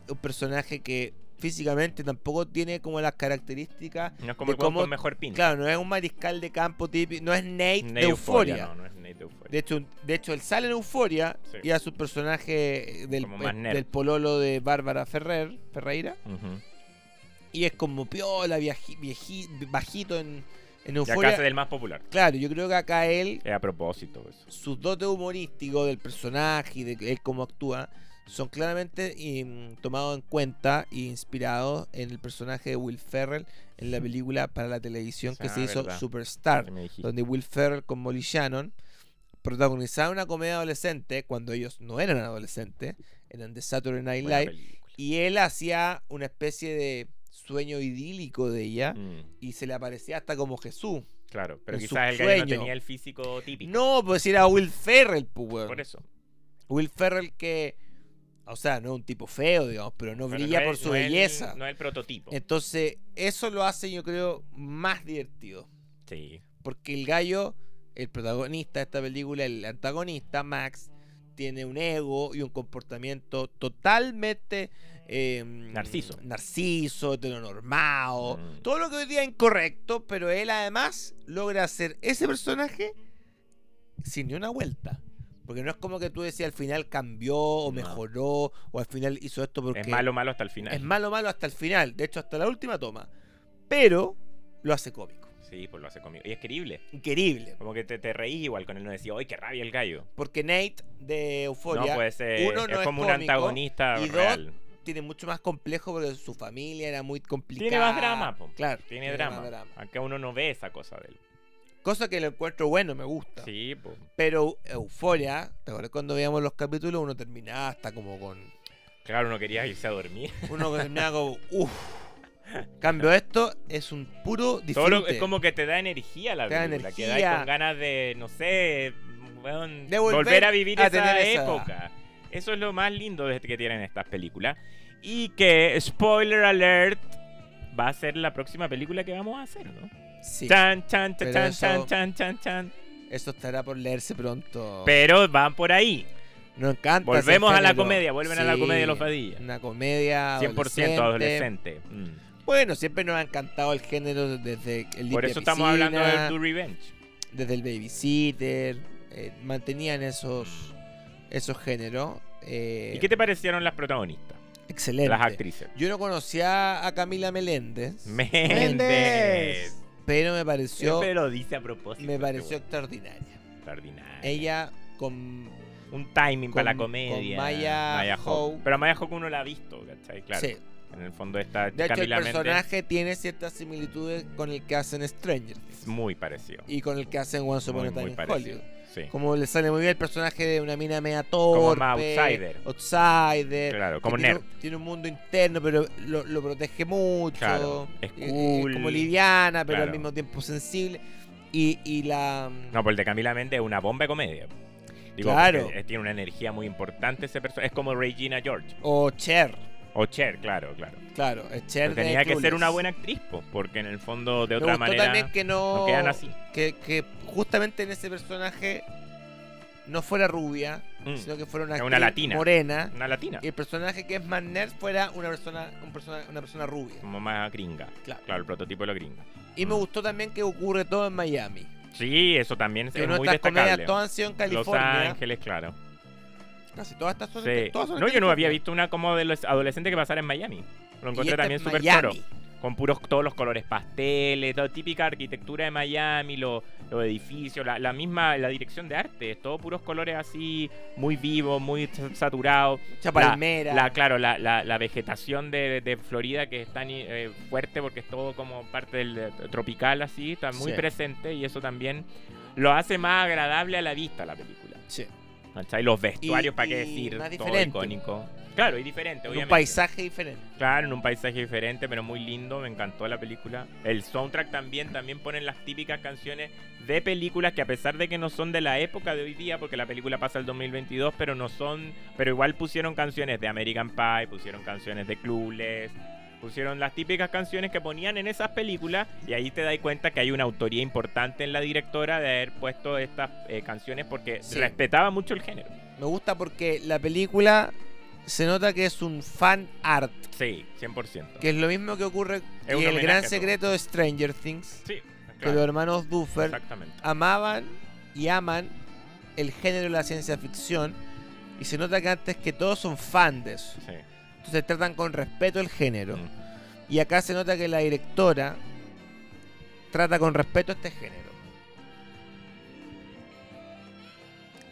Un personaje que físicamente tampoco tiene como las características. No es como de el weón cómo- con mejor pinta. Claro, no es un mariscal de campo típico, no es Nate, Ni de Euforia. No, no es ni de euforia. De hecho, de hecho, él sale en Euforia Sí. y a su personaje del, Como más eh, nerd. del pololo de Bárbara Ferrer, Ferreira. Ujú. Y es como piola, viaji- vieji- bajito en, en Y acá Euforia. hace del más popular. Claro, yo creo que acá él, Es a propósito eso. sus dotes humorísticos del personaje y de él cómo actúa, son claramente em, tomados en cuenta e inspirados en el personaje de Will Ferrell en la película para la televisión que Ah, se hizo verdad. Superstar que me dijiste. donde Will Ferrell con Molly Shannon protagonizaban una comedia adolescente cuando ellos no eran adolescentes, eran de Saturday Night Buena Live, película. y él hacía una especie de sueño idílico de ella Mm, y se le aparecía hasta como Jesús. claro, pero en su quizás el gallo no sueño. tenía el físico típico. No, pues era Will Ferrell, pues, weón. Por eso. Will Ferrell que, o sea, no es un tipo feo, digamos, pero no Pero brilla es- por su no es el- belleza. no es el prototipo. Entonces, eso lo hace, yo creo, más divertido. Sí. Porque el gallo, el protagonista de esta película, el antagonista, Max, tiene un ego y un comportamiento totalmente eh, Narciso. Narciso, heteronormado. Mm. Todo lo que hoy día es incorrecto, pero él además logra hacer ese personaje sin ni una vuelta. Porque no es como que tú decías al final cambió o No. mejoró o al final hizo esto porque Es malo, malo hasta el final. es malo, malo hasta el final. De hecho, hasta la última toma. Pero lo hace cómico. Sí, pues lo hace conmigo. Y es querible. Increíble. Como que te, te reís igual con él. No decía, ¡ay, qué rabia el gallo! Porque Nate de Euforia no, pues eh, uno, es no es como un cómico, antagonista y dos, real. tiene mucho más complejo porque su familia era muy complicada. tiene más drama, po. Claro. Tiene, más drama. Acá uno no ve esa cosa de él. Cosa que lo encuentro bueno, me gusta. Sí, pues, po. Pero Euforia, ¿te acuerdas cuando veíamos los capítulos? Uno terminaba hasta como con. Claro, uno quería irse a dormir. [LAUGHS] Uno terminaba como. [LAUGHS] Uff. Cambio esto, es un puro Todo disfrute. lo- es como que te da energía la Te da película. Que da energía. con ganas de, no sé, weón, De volver, volver a vivir a esa tener esa época. Eso es lo más lindo de- este que tienen estas películas. Y que, spoiler alert, va a ser la próxima película que vamos a hacer, ¿no? Sí, Chan, chan, Pero chan, chan, eso- Oh. chan, chan, chan. eso estará por leerse pronto. Pero van por ahí. Nos encanta. ese Volvemos a la género. comedia, vuelven a la comedia los Padilla. Una comedia. 100% adolescente. Mm. Bueno, siempre nos ha encantado el género desde el Por Limpia eso estamos Piscina, hablando del Do Revenge. desde el babysitter, eh, mantenían esos esos géneros. eh, ¿Y qué te parecieron las protagonistas? excelente. Las actrices. Yo no conocía a Camila Meléndez, Méndez. pero me pareció Siempre lo dice a propósito. me este pareció weón. extraordinaria. extraordinario. Ella con un timing para la con- comedia. con Maya Hawke. Hawke. Pero Maya Hawke uno la ha visto, ¿cachai? Claro. sí. En el fondo está De hecho, Camila el Méndez personaje tiene ciertas similitudes con el que hacen Stranger es Things muy parecido. y con el que hacen Once Upon muy, a Time muy in parecido. Hollywood. Sí. Como le sale muy bien el personaje de una mina media torpe. Como más outsider. outsider, Claro, que como tiene, nerd. un- tiene un mundo interno, pero lo, lo protege mucho. Claro, es Eh, cool. como liviana, pero al Claro. mismo tiempo sensible. Y, y la. No, pues el de Camila Méndez es una bomba de comedia. Digo, Claro. porque, eh, Tiene una energía muy importante ese personaje. Es como Regina George. O Cher, O Cher, claro, claro. claro. es Cher Pero de tenía que ser Clueless. una buena actriz, po, porque en el fondo, de Me otra gustó manera, también que no. no quedan así. Que, que justamente en ese personaje no fuera rubia, Mm. sino que fuera una, Una actriz latina. Mm. morena. Una latina. Y el personaje que es más nerd fuera una persona, un persona- una persona rubia. Como más gringa. Claro. Claro, el prototipo de la gringa. Y me gustó también que ocurre todo en Miami. Sí, eso también es, Que es muy nuestras comedias destacable. todas han sido en Los California. Ángeles, claro. Casi todas estas son, Sí. todas son en No, yo no había California. visto una como de los adolescentes que pasara en Miami. Lo Y encontré esta también es súper Miami. choro. Con puros, todos los colores pasteles, toda típica arquitectura de Miami, lo- los edificios, la, la misma, la dirección de arte, todos puros colores así, muy vivos, muy sa- saturados. Mucha palmera. La, claro, la, la- la vegetación de, de Florida que es tan eh, fuerte porque es todo como parte del eh, tropical así, está muy Sí. presente y eso también lo hace más agradable a la vista la película. Sí. ¿Cachai? Los vestuarios, para qué y decir, más todo diferente. icónico. Claro, y diferente, En obviamente. un paisaje diferente. Claro, en un paisaje diferente, pero muy lindo. Me encantó la película. El soundtrack también, también ponen las típicas canciones de películas que a pesar de que no son de la época de hoy día, porque la película pasa el 2022, pero no son, pero igual pusieron canciones de American Pie, pusieron canciones de Clueless, pusieron las típicas canciones que ponían en esas películas y ahí te das cuenta que hay una autoría importante en la directora de haber puesto estas eh, canciones porque Sí. respetaba mucho el género. Me gusta porque la película se nota que es un fan art. Sí, 100%. Que es lo mismo que ocurre Es un en el homenaje a gran todo. secreto de Stranger Things. Sí, Que los claro, hermanos Duffer exactamente. amaban y aman el género de la ciencia ficción. Y se nota que antes que todos son fans de eso. Sí. Entonces tratan con respeto el género. Mm. Y acá se nota que la directora trata con respeto este género.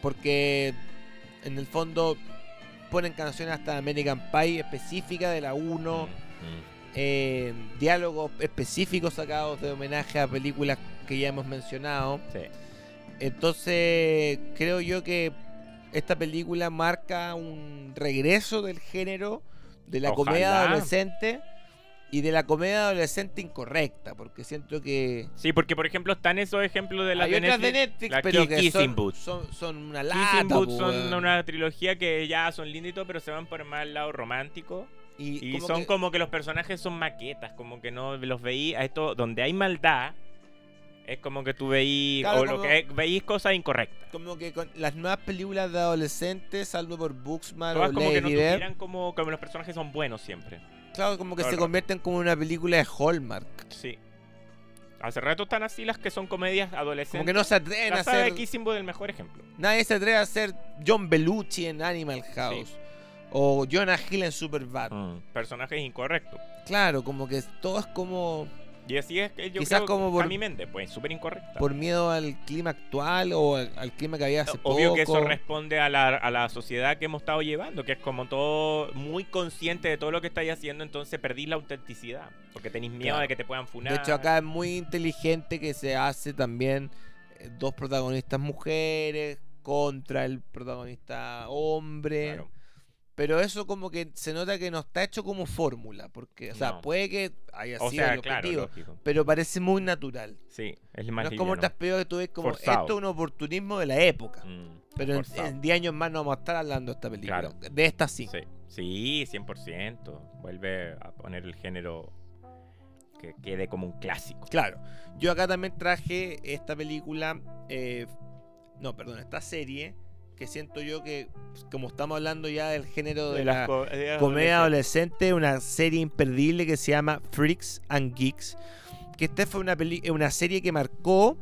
Porque en el fondo ponen canciones hasta American Pie específica de la 1, Mm, eh, diálogos específicos sacados de homenaje a películas que ya hemos mencionado. mm, sí. Entonces, creo yo que esta película marca un regreso del género de la Ojalá. comedia adolescente y de la comedia adolescente incorrecta, porque siento que Sí, porque por ejemplo están esos ejemplos de las hay de otras Netflix. de Netflix, la pero Ki- que Kissing son, Booth. son, son una lata, Kissing Booth po, son weón. una trilogía que ya son linditos, pero se van por más al lado romántico. Y, como son que- como que los personajes son maquetas, como que no los veí. A esto, donde hay maldad, es como que tú veí. Claro, o lo como- que veís cosas incorrectas. como que con las nuevas películas de adolescentes, salvo por Booksmart o Todas como que no Lady Bird, tuvieran como, como los personajes son buenos siempre. claro, como que todo el se rato. convierten como en una película de Hallmark. Sí. Hace rato están así las que son comedias Como adolescentes. que no se atreven la a saga hacer de Kissing Booth es el mejor ejemplo. Nadie se atreve a ser John Belushi en Animal House. O Jonah Hill en Superbad. Mm, Personajes incorrectos. Claro, como que todo es como Y así es que yo Quizás creo como que por- Cami Méndez, pues, súper incorrecta. por miedo al clima actual o al, al clima que había hace poco. Obvio que eso responde a la, a la sociedad que hemos estado llevando, que es como todo muy consciente de todo lo que estáis haciendo, entonces perdís la autenticidad, porque tenéis miedo Claro. de que te puedan funar. De hecho, acá es muy inteligente que se hace también eh, dos protagonistas mujeres contra el protagonista hombre. Claro. Pero eso como que se nota que no está hecho como fórmula. Porque, o sea, No. puede que haya O sido sea, el claro, objetivo. lógico. pero parece muy natural. Sí, es más no es como liviano. otras películas que tú ves como Forzado. esto es un oportunismo de la época. Mm, Pero en- forzado. en 10 años más no vamos a estar hablando de esta película. Claro. De esta sí. Sí. Sí, 100%. Vuelve a poner el género que quede como un clásico. Claro. Yo acá también traje esta película. eh, no, perdón, esta serie. Que siento yo que, pues, como estamos hablando ya del género de, la co- de comedia adolescente. adolescente, una serie imperdible que se llama Freaks and Geeks. Que esta fue una, peli eh, una serie que marcó,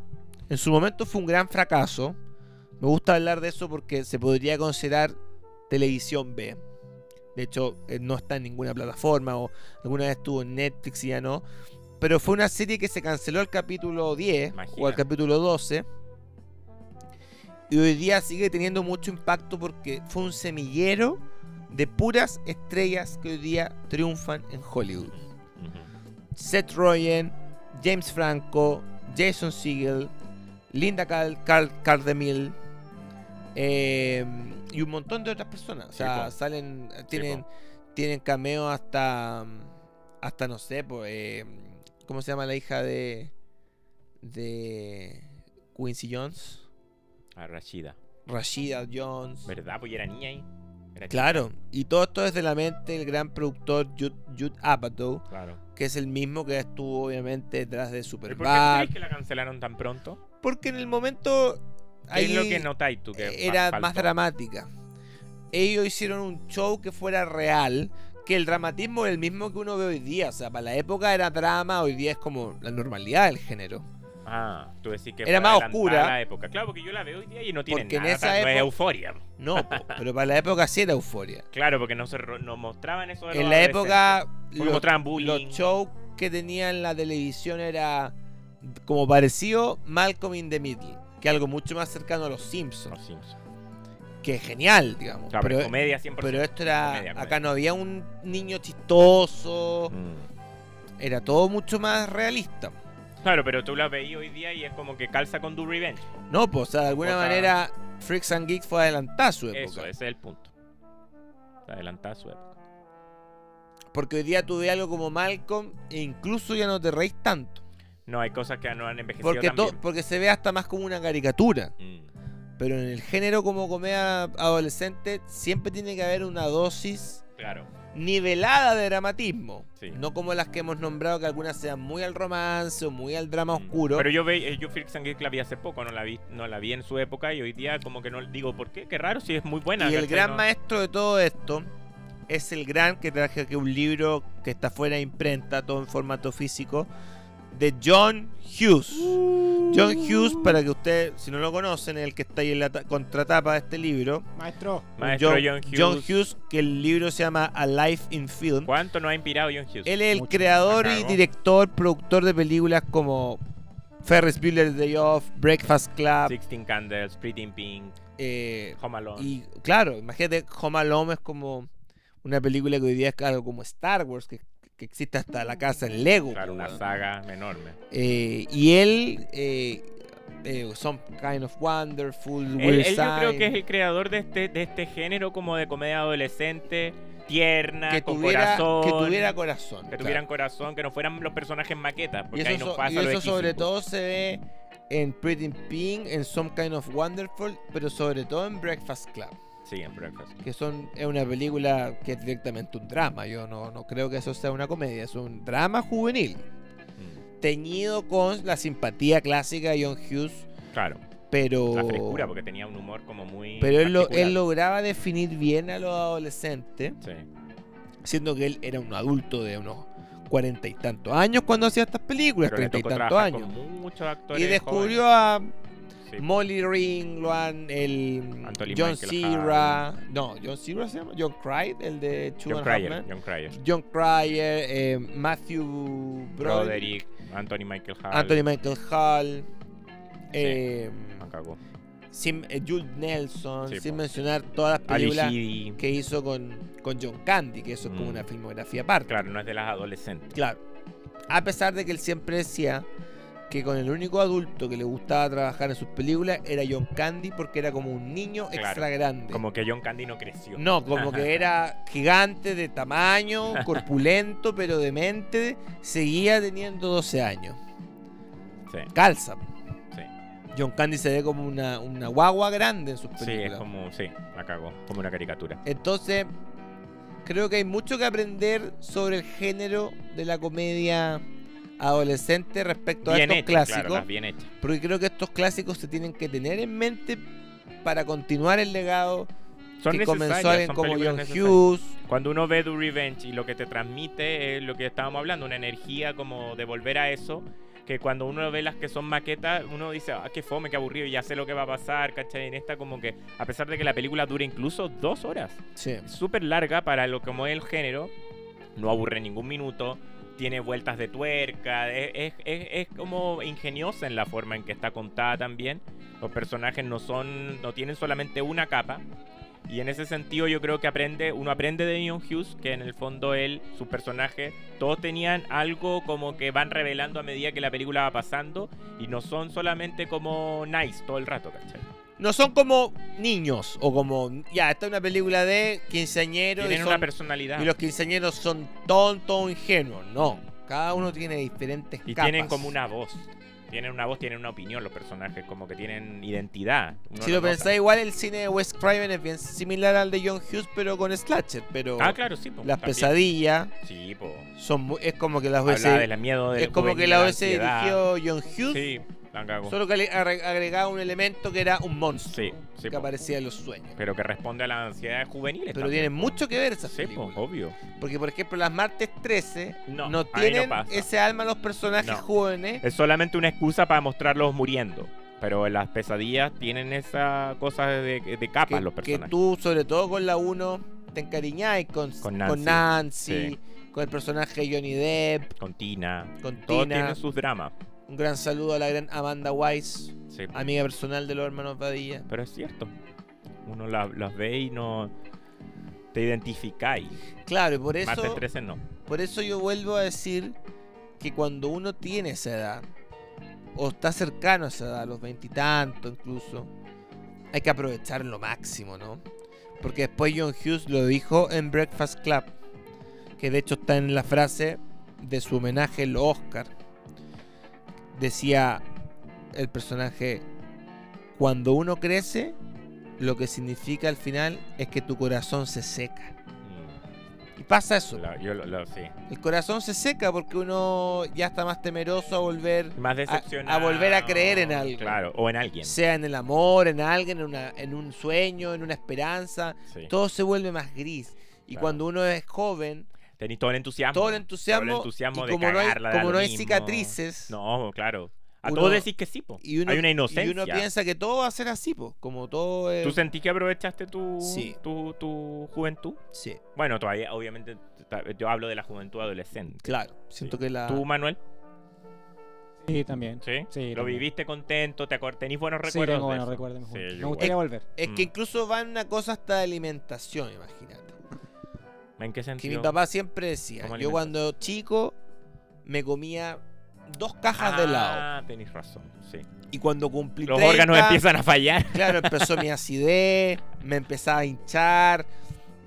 en su momento fue un gran fracaso. Me gusta hablar de eso porque se podría considerar televisión B. De hecho, eh, no está en ninguna plataforma o alguna vez estuvo en Netflix y ya no. Pero fue una serie que se canceló al capítulo 10 o al Imagínate. capítulo 12. Y hoy día sigue teniendo mucho impacto porque fue un semillero de puras estrellas que hoy día triunfan en Hollywood. Mm. Ujú. Seth Rogen, James Franco, Jason Segel, Linda Cal Cal Cardemil eh, y un montón de otras personas. O Sí, sea, po. salen, tienen, tienen cameo hasta, hasta no sé, po, eh, ¿cómo se llama la hija de, de Quincy Jones? A Rashida. Rashida Jones. ¿Verdad? Pues yo era niña ahí. Era chica. Claro, y todo esto es de la mente del gran productor Jude, Jude Apatow, Claro. que es el mismo que estuvo obviamente detrás de ¿Pero por qué Superbad. crees que la cancelaron tan pronto? Porque en el momento ¿Qué es lo ahí e-, que notáis tú? Que fa- era más faltó? dramática. Ellos hicieron un show que fuera real, que el dramatismo es el mismo que uno ve hoy día. O sea, para la época era drama, hoy día es como la normalidad del género. Ah, tú decís que Era fue más adelantada oscura. la época. Claro, porque yo la veo hoy día y no tiene Porque en nada. esa tanto, es época- euforia. No, [LAUGHS] po, pero para la época sí era euforia. Claro, porque no se ro- no mostraban eso de los En la época, adolescentes. Porque los, mostraban bullying. los shows que tenía en la televisión era como parecido Malcolm in the Middle, que es algo mucho más cercano a los Simpsons, Los Simpsons. que es genial, digamos. Claro, pero, pero, comedia 100%. pero esto era. comedia, comedia. Acá no había un niño chistoso, Mm. era todo mucho más realista. Claro, pero tú la veí hoy día y es como que calza con Do Revenge. No, pues, o sea, de alguna Cosa- manera, Freaks and Geeks fue adelantada a su época. Eso, ese es el punto. Adelantada su época. Porque hoy día tú ves algo como Malcolm e incluso ya no te reís tanto. No, hay cosas que no han envejecido Porque, tan to- bien. porque se ve hasta más como una caricatura. Mm. Pero en el género como comedia adolescente siempre tiene que haber una dosis Claro. nivelada de dramatismo. Sí. No como las que hemos nombrado, que algunas sean muy al romance o muy al drama Mm. oscuro. Pero yo ve, eh, yo Freaks and Geeks la vi hace poco, no la vi, no la vi en su época y hoy día como que no digo por qué, qué raro si es muy buena. y el ¿cachai? gran No- maestro de todo esto es el gran que traje aquí un libro que está fuera de imprenta, todo en formato físico, de John Hughes. Uh. John Hughes, para que ustedes, si no lo conocen, es el que está ahí en la ta- contratapa de este libro. Maestro. Maestro John, Hughes. John Hughes, que el libro se llama A Life in Film. ¿Cuánto nos ha inspirado John Hughes? Él es el Mucho. creador Me y cago. director, productor de películas como Ferris Bueller's Day Off, Breakfast Club. Sixteen Candles, Pretty in Pink, eh, Home Alone. y claro, imagínate, Home Alone es como una película que hoy día es algo como Star Wars, que, que existe hasta la casa en Lego. claro, una uh, weón. saga enorme. Eh, y él, eh, eh, Some Kind of Wonderful, Él, Weird él yo creo Science, que es el creador de este, de este género como de comedia adolescente, tierna, que con tuviera, corazón. que tuviera corazón. que claro. tuvieran corazón, que no fueran los personajes maquetas, Y porque ahí eso, nos so- pasa y lo pues. eso sobre exquisito. todo se ve en Pretty in Pink, en Some Kind of Wonderful, pero sobre todo en Breakfast Club, Sí, en Breakfast. que son, es una película que es directamente un drama. Yo no, no creo que eso sea una comedia, es un drama juvenil, Mm, teñido con la simpatía clásica de John Hughes, Claro, pero, la frescura, porque tenía un humor como muy. pero él, lo, particular. él lograba definir bien a los adolescentes, Sí. siendo que él era un adulto de unos cuarenta y tantos años cuando hacía estas películas, Pero le treinta y tocó tantos trabajar con años. muchos actores. Y descubrió a jóvenes. Sí. Molly Ringland, el Anthony John Michael Cera, no, John Cera se llama, John Cried, el de Two John and a Half Men. Cryer. John Cryer. John Cryer, eh, Matthew Broderick, Broderick, Anthony Michael Hall. Anthony Michael Hall, eh, Ah, cagó. sin- eh, Jules Nelson, Sí, sin po. mencionar todas las Ali películas Sheedy. que hizo con, con John Candy, que eso es como Mm. una filmografía aparte. Claro, no es de las adolescentes. Claro. A pesar de que él siempre decía que con el único adulto que le gustaba trabajar en sus películas era John Candy porque era como un niño Claro. extra grande. Como que John Candy no creció. No, como que era gigante de [LAUGHS] tamaño, corpulento, pero de mente, seguía teniendo 12 años. Sí, Calza. sí. John Candy se ve como una, una guagua grande en sus Sí, es películas. como. Sí, la cagó. Como una caricatura. Entonces, creo que hay mucho que aprender sobre el género de la comedia adolescente respecto a bien estos hecha, clásicos. claro, las bien hecha. porque creo que estos clásicos se tienen que tener en mente para continuar el legado Son que comenzó necesarias, alguien son como películas John necesarias. Hughes. Cuando uno ve Do Revenge y lo que te transmite es lo que estábamos hablando, una energía como de volver a eso, que cuando uno ve las que son maquetas, uno dice, ah, qué fome, qué aburrido, ya sé lo que va a pasar, ¿cachai? En esta como que, a pesar de que la película dure incluso dos horas, Sí. es súper larga para lo como es el género, no aburre ningún minuto, tiene vueltas de tuerca, es, es- es- es como ingeniosa en la forma en que está contada también. Los personajes no son, no tienen solamente una capa. Y en ese sentido yo creo que aprende, uno aprende de Neon Hughes que en el fondo él, sus personajes, todos tenían algo como que van revelando a medida que la película va pasando y no son solamente como nice todo el rato, ¿cachai? No son como niños o como. Ya, esta es una película de quinceañeros y, Tienen una son- personalidad. y los quinceañeros son tontos o ingenuos. No. Cada uno tiene diferentes Y capas. tienen como una voz. Tienen una voz, tienen una opinión los personajes, como que tienen identidad. Uno si lo lo nota. pensáis, igual el cine de Wes Craven es bien similar al de John Hughes, pero con Slasher. Pero Ah, claro, sí. po, las también. pesadillas Sí, po. son muy- es como que las Hablaba hubiese. del miedo del E Es como juvenil, que la la hubiese ansiedad. dirigió John Hughes. Sí, la cago. Solo que le agre- agregaba un elemento que era un monstruo Sí, sí. que po. aparecía en los sueños. Pero que responde a las ansiedades juveniles. Pero también. tienen mucho que ver esas Sí, po, películas. obvio. Porque, por ejemplo, las martes 13 No, no, ahí no tienen pasa. ese alma los personajes No. jóvenes. Es solamente una excusa para mostrarlos muriendo. Pero las pesadillas tienen esa cosa de, de capas que, los que personajes. tú, sobre todo con la 1, te encariñáis con, Con con Nancy. Nancy, Sí. con el personaje de Johnny Depp, Con Tina. con Todos Tina. tienen sus dramas. Un gran saludo a la gran Amanda Weiss, Sí, po. amiga personal de los hermanos Badilla. Pero es cierto. Uno la- las ve y no. Te identificáis. Claro, y por Martes eso, 13 no. por eso yo vuelvo a decir que cuando uno tiene esa edad, o está cercano a esa edad, a los veintitantos incluso, hay que aprovechar lo máximo, ¿no? Porque después John Hughes lo dijo en Breakfast Club, que de hecho está en la frase de su homenaje al Oscar. Decía el personaje, cuando uno crece, lo que significa al final es que tu corazón se seca. Mm, Y pasa eso. la- yo lo, lo- sí. El corazón se seca porque uno ya está más temeroso a volver, Más decepcionado. volver a creer en algo. Claro, o en alguien. sea en el amor, en alguien, en, una- en un sueño, en una esperanza. Sí. Todo se vuelve más gris. Y Claro. cuando uno es joven, Tenís todo el entusiasmo. todo el entusiasmo, Todo el entusiasmo y de como no hay, cagarla, da como lo no hay mismo. cicatrices, No, claro. A Uno- todos decís que sí, po. y, uno, Hay una y inocencia. uno piensa que todo va a ser así, po, como todo es... ¿Tú sentís que aprovechaste tu, Sí. tu, tu juventud? Sí, Bueno, todavía, obviamente, ta- yo hablo de la juventud adolescente. claro. Siento que la... ¿Tú, Manuel? Sí, también. ¿Sí? Sí, ¿Lo también. viviste contento? ¿Te acor- ¿Tenís buenos Sí, recuerdos? tengo de buenos eso? recuerdos. de mi Sí, yo juventud. Me igual. [LAUGHS] gustaría volver. [LAUGHS] Es que Mm. incluso va en una cosa hasta de alimentación, imagínate. ¿En qué Que sentido? mi papá siempre decía, ¿Cómo yo alimentas? cuando chico me comía dos cajas ah, de helado. tenés razón, sí. Y cuando cumplí Los 30, órganos empiezan a fallar. Claro, empezó mi acidez, me empezaba a hinchar.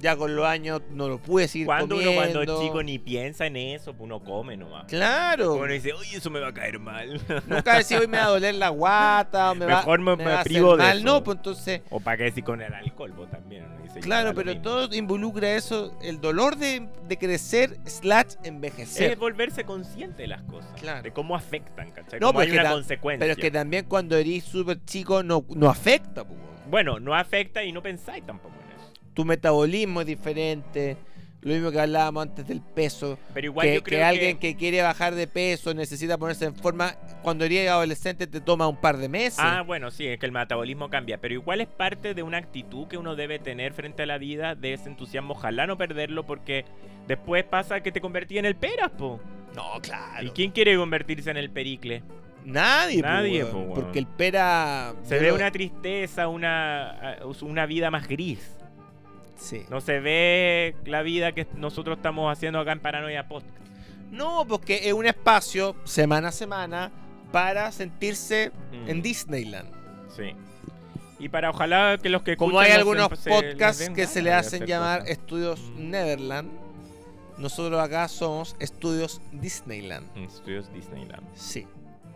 Ya con los años no lo pude seguir Cuando uno comiendo. cuando es chico ni piensa en eso, pues uno come nomás. Claro. Uno dice, oye, eso me va a caer mal. [LAUGHS] Nunca decía hoy me va a doler la guata, o me Mejor va, me- me va a privo de hacer mal. eso. No, pues entonces, o para qué decir con el alcohol, vos también. uno dice, ya da claro, lo pero mismo. todo involucra eso, el dolor de, de crecer slash envejecer. Es volverse consciente de las cosas. Claro. De cómo afectan, ¿cachai? No, Como pero hay es que una ta- consecuencia. Pero es que también cuando eres súper chico no, no afecta, pues. Bueno, no afecta y no pensáis tampoco en eso. Tu metabolismo es diferente. Lo mismo que hablábamos antes del peso. Pero igual que, yo que creo alguien que... quiere bajar de peso necesita ponerse en forma cuando eres adolescente te toma un par de meses Ah, bueno, sí, es que el metabolismo cambia, pero igual es parte de una actitud que uno debe tener frente a la vida, de ese entusiasmo, ojalá no perderlo, porque después pasa que te convertí en el peras, po. no claro ¿Y quién quiere convertirse en el pericle? nadie po, Nadie, weón, po, weón. porque el pera Se yo ve lo- una tristeza, una, ah, una vida más gris. sí. no. No se ve la vida que nosotros estamos haciendo acá en Paranoia Podcast. porque es un espacio semana a semana para sentirse Mm. en Disneyland Sí. Y para ojalá que los que como escuchan hay nos- algunos se- les podcasts den que se ganas le de hacen hacer llamar cosas. estudios Mm. Neverland nosotros acá somos estudios Disneyland Mm, Estudios Disneyland. sí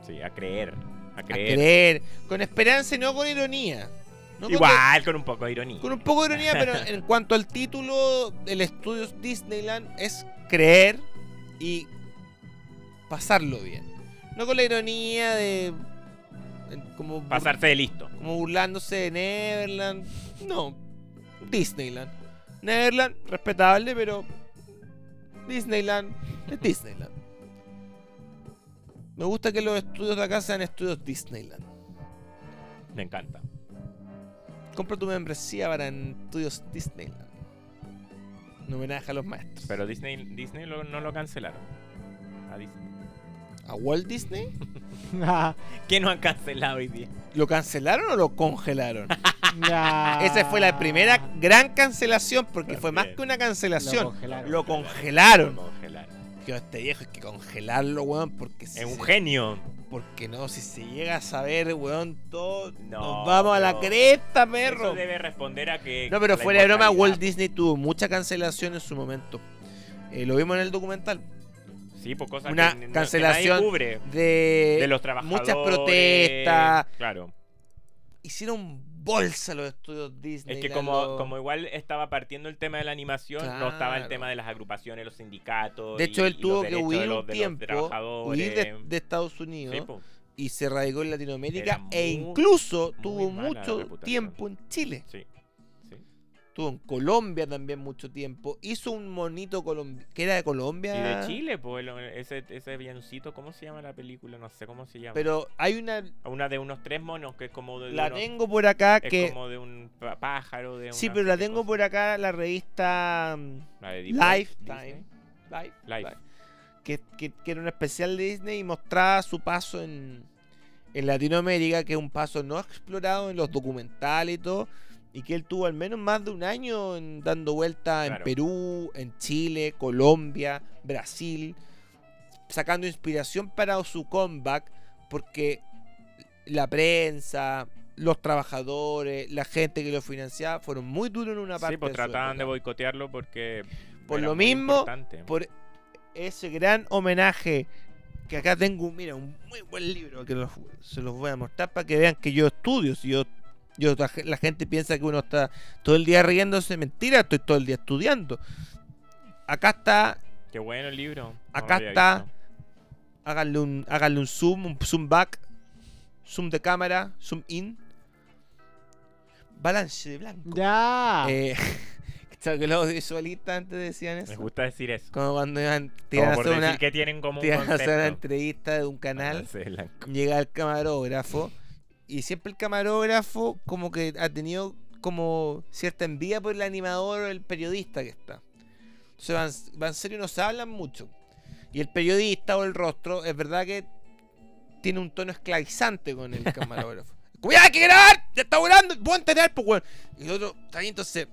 Sí, a creer. A a creer. creer con esperanza y no con ironía No con Igual, con un poco de ironía. Con un poco de ironía, pero en cuanto al título, el estudio Disneyland es creer y pasarlo bien. No con la ironía de. en- como, bur- Pasarse de listo. como burlándose de Neverland. No. Disneyland. Neverland, respetable, pero. Disneyland es Disneyland. Me gusta que los estudios de acá sean estudios Disneyland. Me encanta. Compra tu membresía para en Estudios Disneyland. Un homenaje a los maestros. Pero Disney, Disney lo- no lo cancelaron. A Disney. ¿A Walt Disney? Ah, ¿Qué no han cancelado hoy día? ¿Lo cancelaron o lo [LAUGHS] congelaron? ya. Esa fue la primera gran cancelación, porque fue más También. que una Lo cancelación. congelaron. Lo congelaron. Lo congelaron. Yo este viejo es que congelarlo, weón, porque si Es un se- genio. porque no, si se llega a saber, weón, todo No, nos vamos a la pero- cresta, Eso perro. debe responder a que. No, pero la fuera de broma, Walt inmortalidad. Disney tuvo mucha cancelación en su momento. Eh, lo vimos en el documental. Sí, por cosas Una que, n- cancelación que nadie cubre. De, De los trabajadores. muchas protestas. Claro. hicieron bolsa los estudios Disney. Es que la como, lo- como igual estaba partiendo el tema de la animación, no estaba el Claro. tema de las agrupaciones, los sindicatos. de hecho, y- él y los tuvo que derechos de huir los- un de los tiempo, huir trabajadores. de, de Estados Unidos Sí, pues, po. y se radicó en Latinoamérica Era e muy- incluso muy tuvo mala la mucho reputación. tiempo en Chile. Sí, sí. Estuvo en Colombia también mucho tiempo. Hizo un monito colombiano que era de Y Colombia. de Chile, pues, lo- ese, ese villancito, ¿cómo se llama la película? No sé cómo se llama. Pero hay una. Una de unos tres monos que es como de, de La unos- tengo por acá es que. como de un pa- pájaro. De Sí, una pero la serie tengo cosa. por acá la revista mm, La de Deep Web, Lifetime. Disney. Life, Life. Life. Que, que- que era un especial de Disney y mostraba su paso en, en Latinoamérica, que es un paso no explorado en los documentales y todo. Y que él tuvo al menos más de un año en- dando vuelta en Claro. Perú, en Chile, Colombia, Brasil, sacando inspiración para su comeback, porque la prensa, los trabajadores, la gente que lo financiaba fueron muy duros en una parte. Sí, pues de su trataban de época. boicotearlo porque. Por era lo muy mismo, importante. por ese gran homenaje que acá tengo, mira, un muy buen libro que los- se los voy a mostrar para que vean que yo estudio, si yo, yo la, ge- la gente piensa que uno está todo el día riéndose, mentira, estoy todo el día estudiando. Acá está, Qué bueno el libro. no acá lo había está. visto. háganle un háganle un zoom, un zoom back, zoom de cámara, zoom in. Balance de blanco. Ah. Ya. Eh, [LAUGHS] ¿sabes que los visualistas antes decían Me eso? gusta decir eso. Como cuando iban Como tiran a por hacer decir una, que tienen como un te iban a hacer una concepto. entrevista de un Ah, canal, ese es blanco. [LAUGHS] llega el camarógrafo y siempre el camarógrafo como que ha tenido como cierta envidia por el animador o el periodista que está. Entonces van, van serio y no se hablan mucho. Y el periodista o el rostro es verdad que tiene un tono esclavizante con el camarógrafo. Como, ¡Ya hay que grabar! ¡Ya está volando! ¡Ponte a tener, pues, weón! Y el otro, está bien, entonces,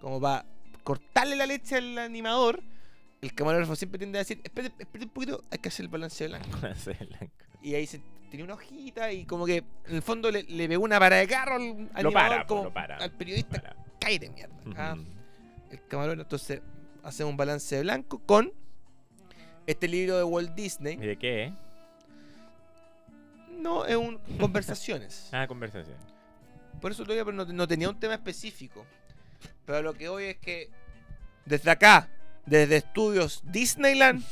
como para cortarle la leche al animador, el camarógrafo siempre tiende a decir, espérate, espérate un poquito, hay que hacer el balance de blanco. Ese es blanco. Y ahí se tenía una hojita y como que en el fondo le, le pegó una para de carro al animador, Lo para, pues, como lo para. al periodista. Para. Cállate, mierda. Ah, Ujú. el camarón. Entonces hacemos un balance de blanco con este libro de Walt Disney. ¿Y de qué? eh? No, es un conversaciones. [LAUGHS] Ah, conversación. Por eso todavía pero no, no tenía un tema específico. Pero lo que hoy es que desde acá, desde estudios Disneyland,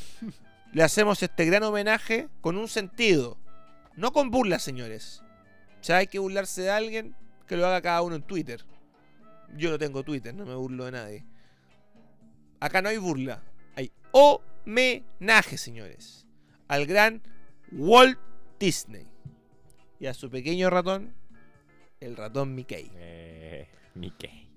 le hacemos este gran homenaje con un sentido. No con burlas, señores. O sea, hay que burlarse de alguien que lo haga cada uno en Twitter. Yo no tengo Twitter, no me burlo de nadie. Acá no hay burla. Hay homenaje, señores. Al gran Walt Disney. Y a su pequeño ratón, el ratón Mickey. Eh, Mickey.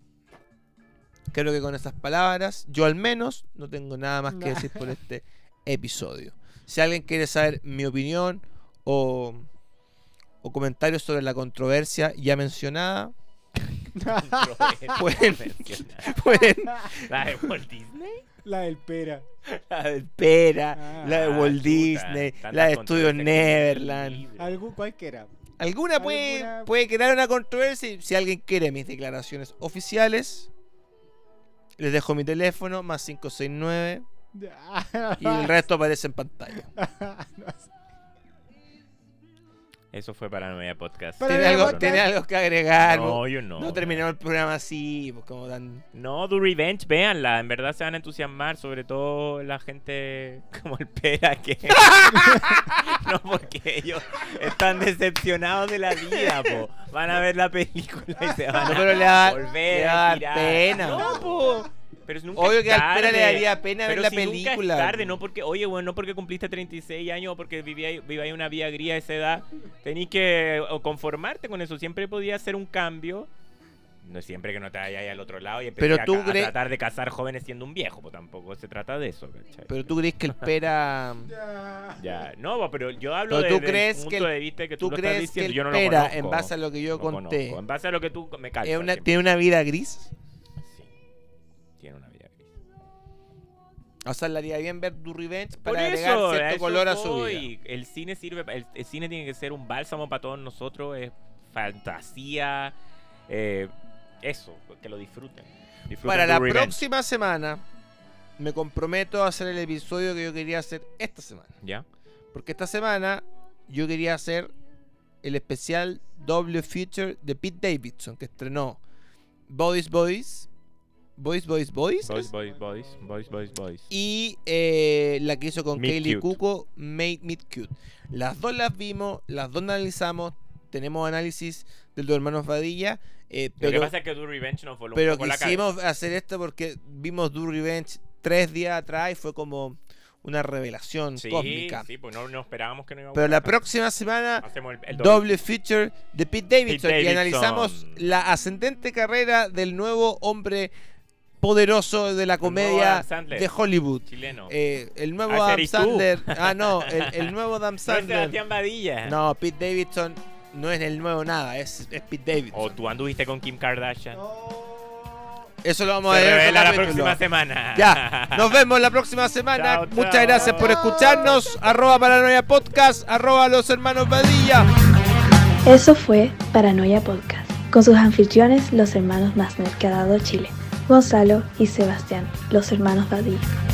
[LAUGHS] [LAUGHS] Creo que con esas palabras, yo al menos no tengo nada más que decir por este episodio. Si alguien quiere saber mi opinión o, o comentarios sobre la controversia ya mencionada, [LAUGHS] Pueden- pueden. La de Walt Disney. [LAUGHS] La del pera. [LAUGHS] La de Pera, Ah, la de Ah, Walt chuta, Disney, tantas la de Estudio controversias que tiene el Neverland. libro. Algo cualquiera. [LAUGHS] Alguna puede, Alguna- puede crear una controversia. y Si alguien quiere mis declaraciones oficiales, les dejo mi teléfono, más 569, Ya. y el resto aparece en pantalla. No sé. Eso fue Paranoia Podcast. Para- ¿Tiene Pero algo, bueno, tiene te- algo que agregar. No, No, yo no. terminamos el programa así, pues, como tan. No, Do Revenge, véanla. En verdad se van a entusiasmar, sobre todo la gente [LAUGHS] como el pera que. [LAUGHS] no, porque ellos están decepcionados de la vida, po. Van a ver la película y se van No, a pero le va, volver le va a a dar tirar. pena. No, po. po. Pero es nunca Obvio es que al Pera le tarde. daría pena ver Pero la si película. Nunca es tarde, no porque, oye, bueno, no porque cumpliste 36 años o porque vivíais vivíais una vida gría a esa edad. Tenís que o, conformarte con eso. Siempre podías hacer un cambio. No siempre que no te vayáis al otro lado y empecé Pero a, tú ca- a cre- tratar de casar jóvenes siendo un viejo. Pues tampoco se trata de eso, ¿cachai? Pero tú crees que el Pera. Ya. Ya, no, bo, pero yo hablo Pero de, tú desde el crees que punto el- de vista que tú, ¿Tú lo estás crees que diciendo. el yo no lo Pera, conozco. en base a lo que yo No conté, conozco. En base a lo que tú me calzas. es una- siempre. tiene una vida gris? Sí. Tiene una vida gris. O sea, le haría bien ver Do Revenge Por para agregar eso, cierto eso color a su voy. vida. El cine sirve, pa- el, el cine tiene que ser un bálsamo para todos nosotros, es fantasía, eh, eso, que lo disfruten. Disfruten Para tu la revenge. próxima semana, me comprometo a hacer el episodio que yo quería hacer esta semana. ¿Ya? Porque esta semana yo quería hacer el especial W Feature de Pete Davidson, que estrenó Bodies Bodies, Boys, Boys, Boys. Boys, boys, boys, boys, boys, boys. Y eh, la que hizo con Meet Kaylee Cute. Cuco, Made Meet Cute. Las dos las vimos, las dos analizamos. Tenemos análisis del dos hermanos Vadilla. eh, Lo que pero pasa es que Do Revenge nos voló un pero poco la quisimos cabeza. hacer esto porque vimos Do Revenge tres días atrás y fue como una revelación Sí, cósmica. sí, Ah, pues no, no esperábamos que no iba a Pero la gustar. próxima semana Hacemos el, el doble. doble feature de Pete Davidson, Pete y analizamos Davidson. la ascendente carrera del nuevo hombre poderoso de la nuevo comedia Adam Sandler. de Hollywood. Chileno. Eh, el nuevo Ah, ese Adam eres tú. Sandler. Ah, [LAUGHS] no, el, el nuevo Adam no es Sandler. Sebastián Badilla. No, Pete Davidson no es el nuevo nada, es, es Pete Davidson. O tú anduviste con Kim Kardashian. No. Eso lo vamos a Oh, Se ver. en otro revela la capítulo. próxima semana. Ya, [LAUGHS] nos vemos la próxima semana. Chao, chao. Muchas gracias por escucharnos. Arroba Paranoia Podcast, arroba los hermanos Badilla. Eso fue Paranoia Podcast, con sus anfitriones los hermanos Masner que ha dado Chile, Gonzalo y Sebastián, los hermanos Badilla.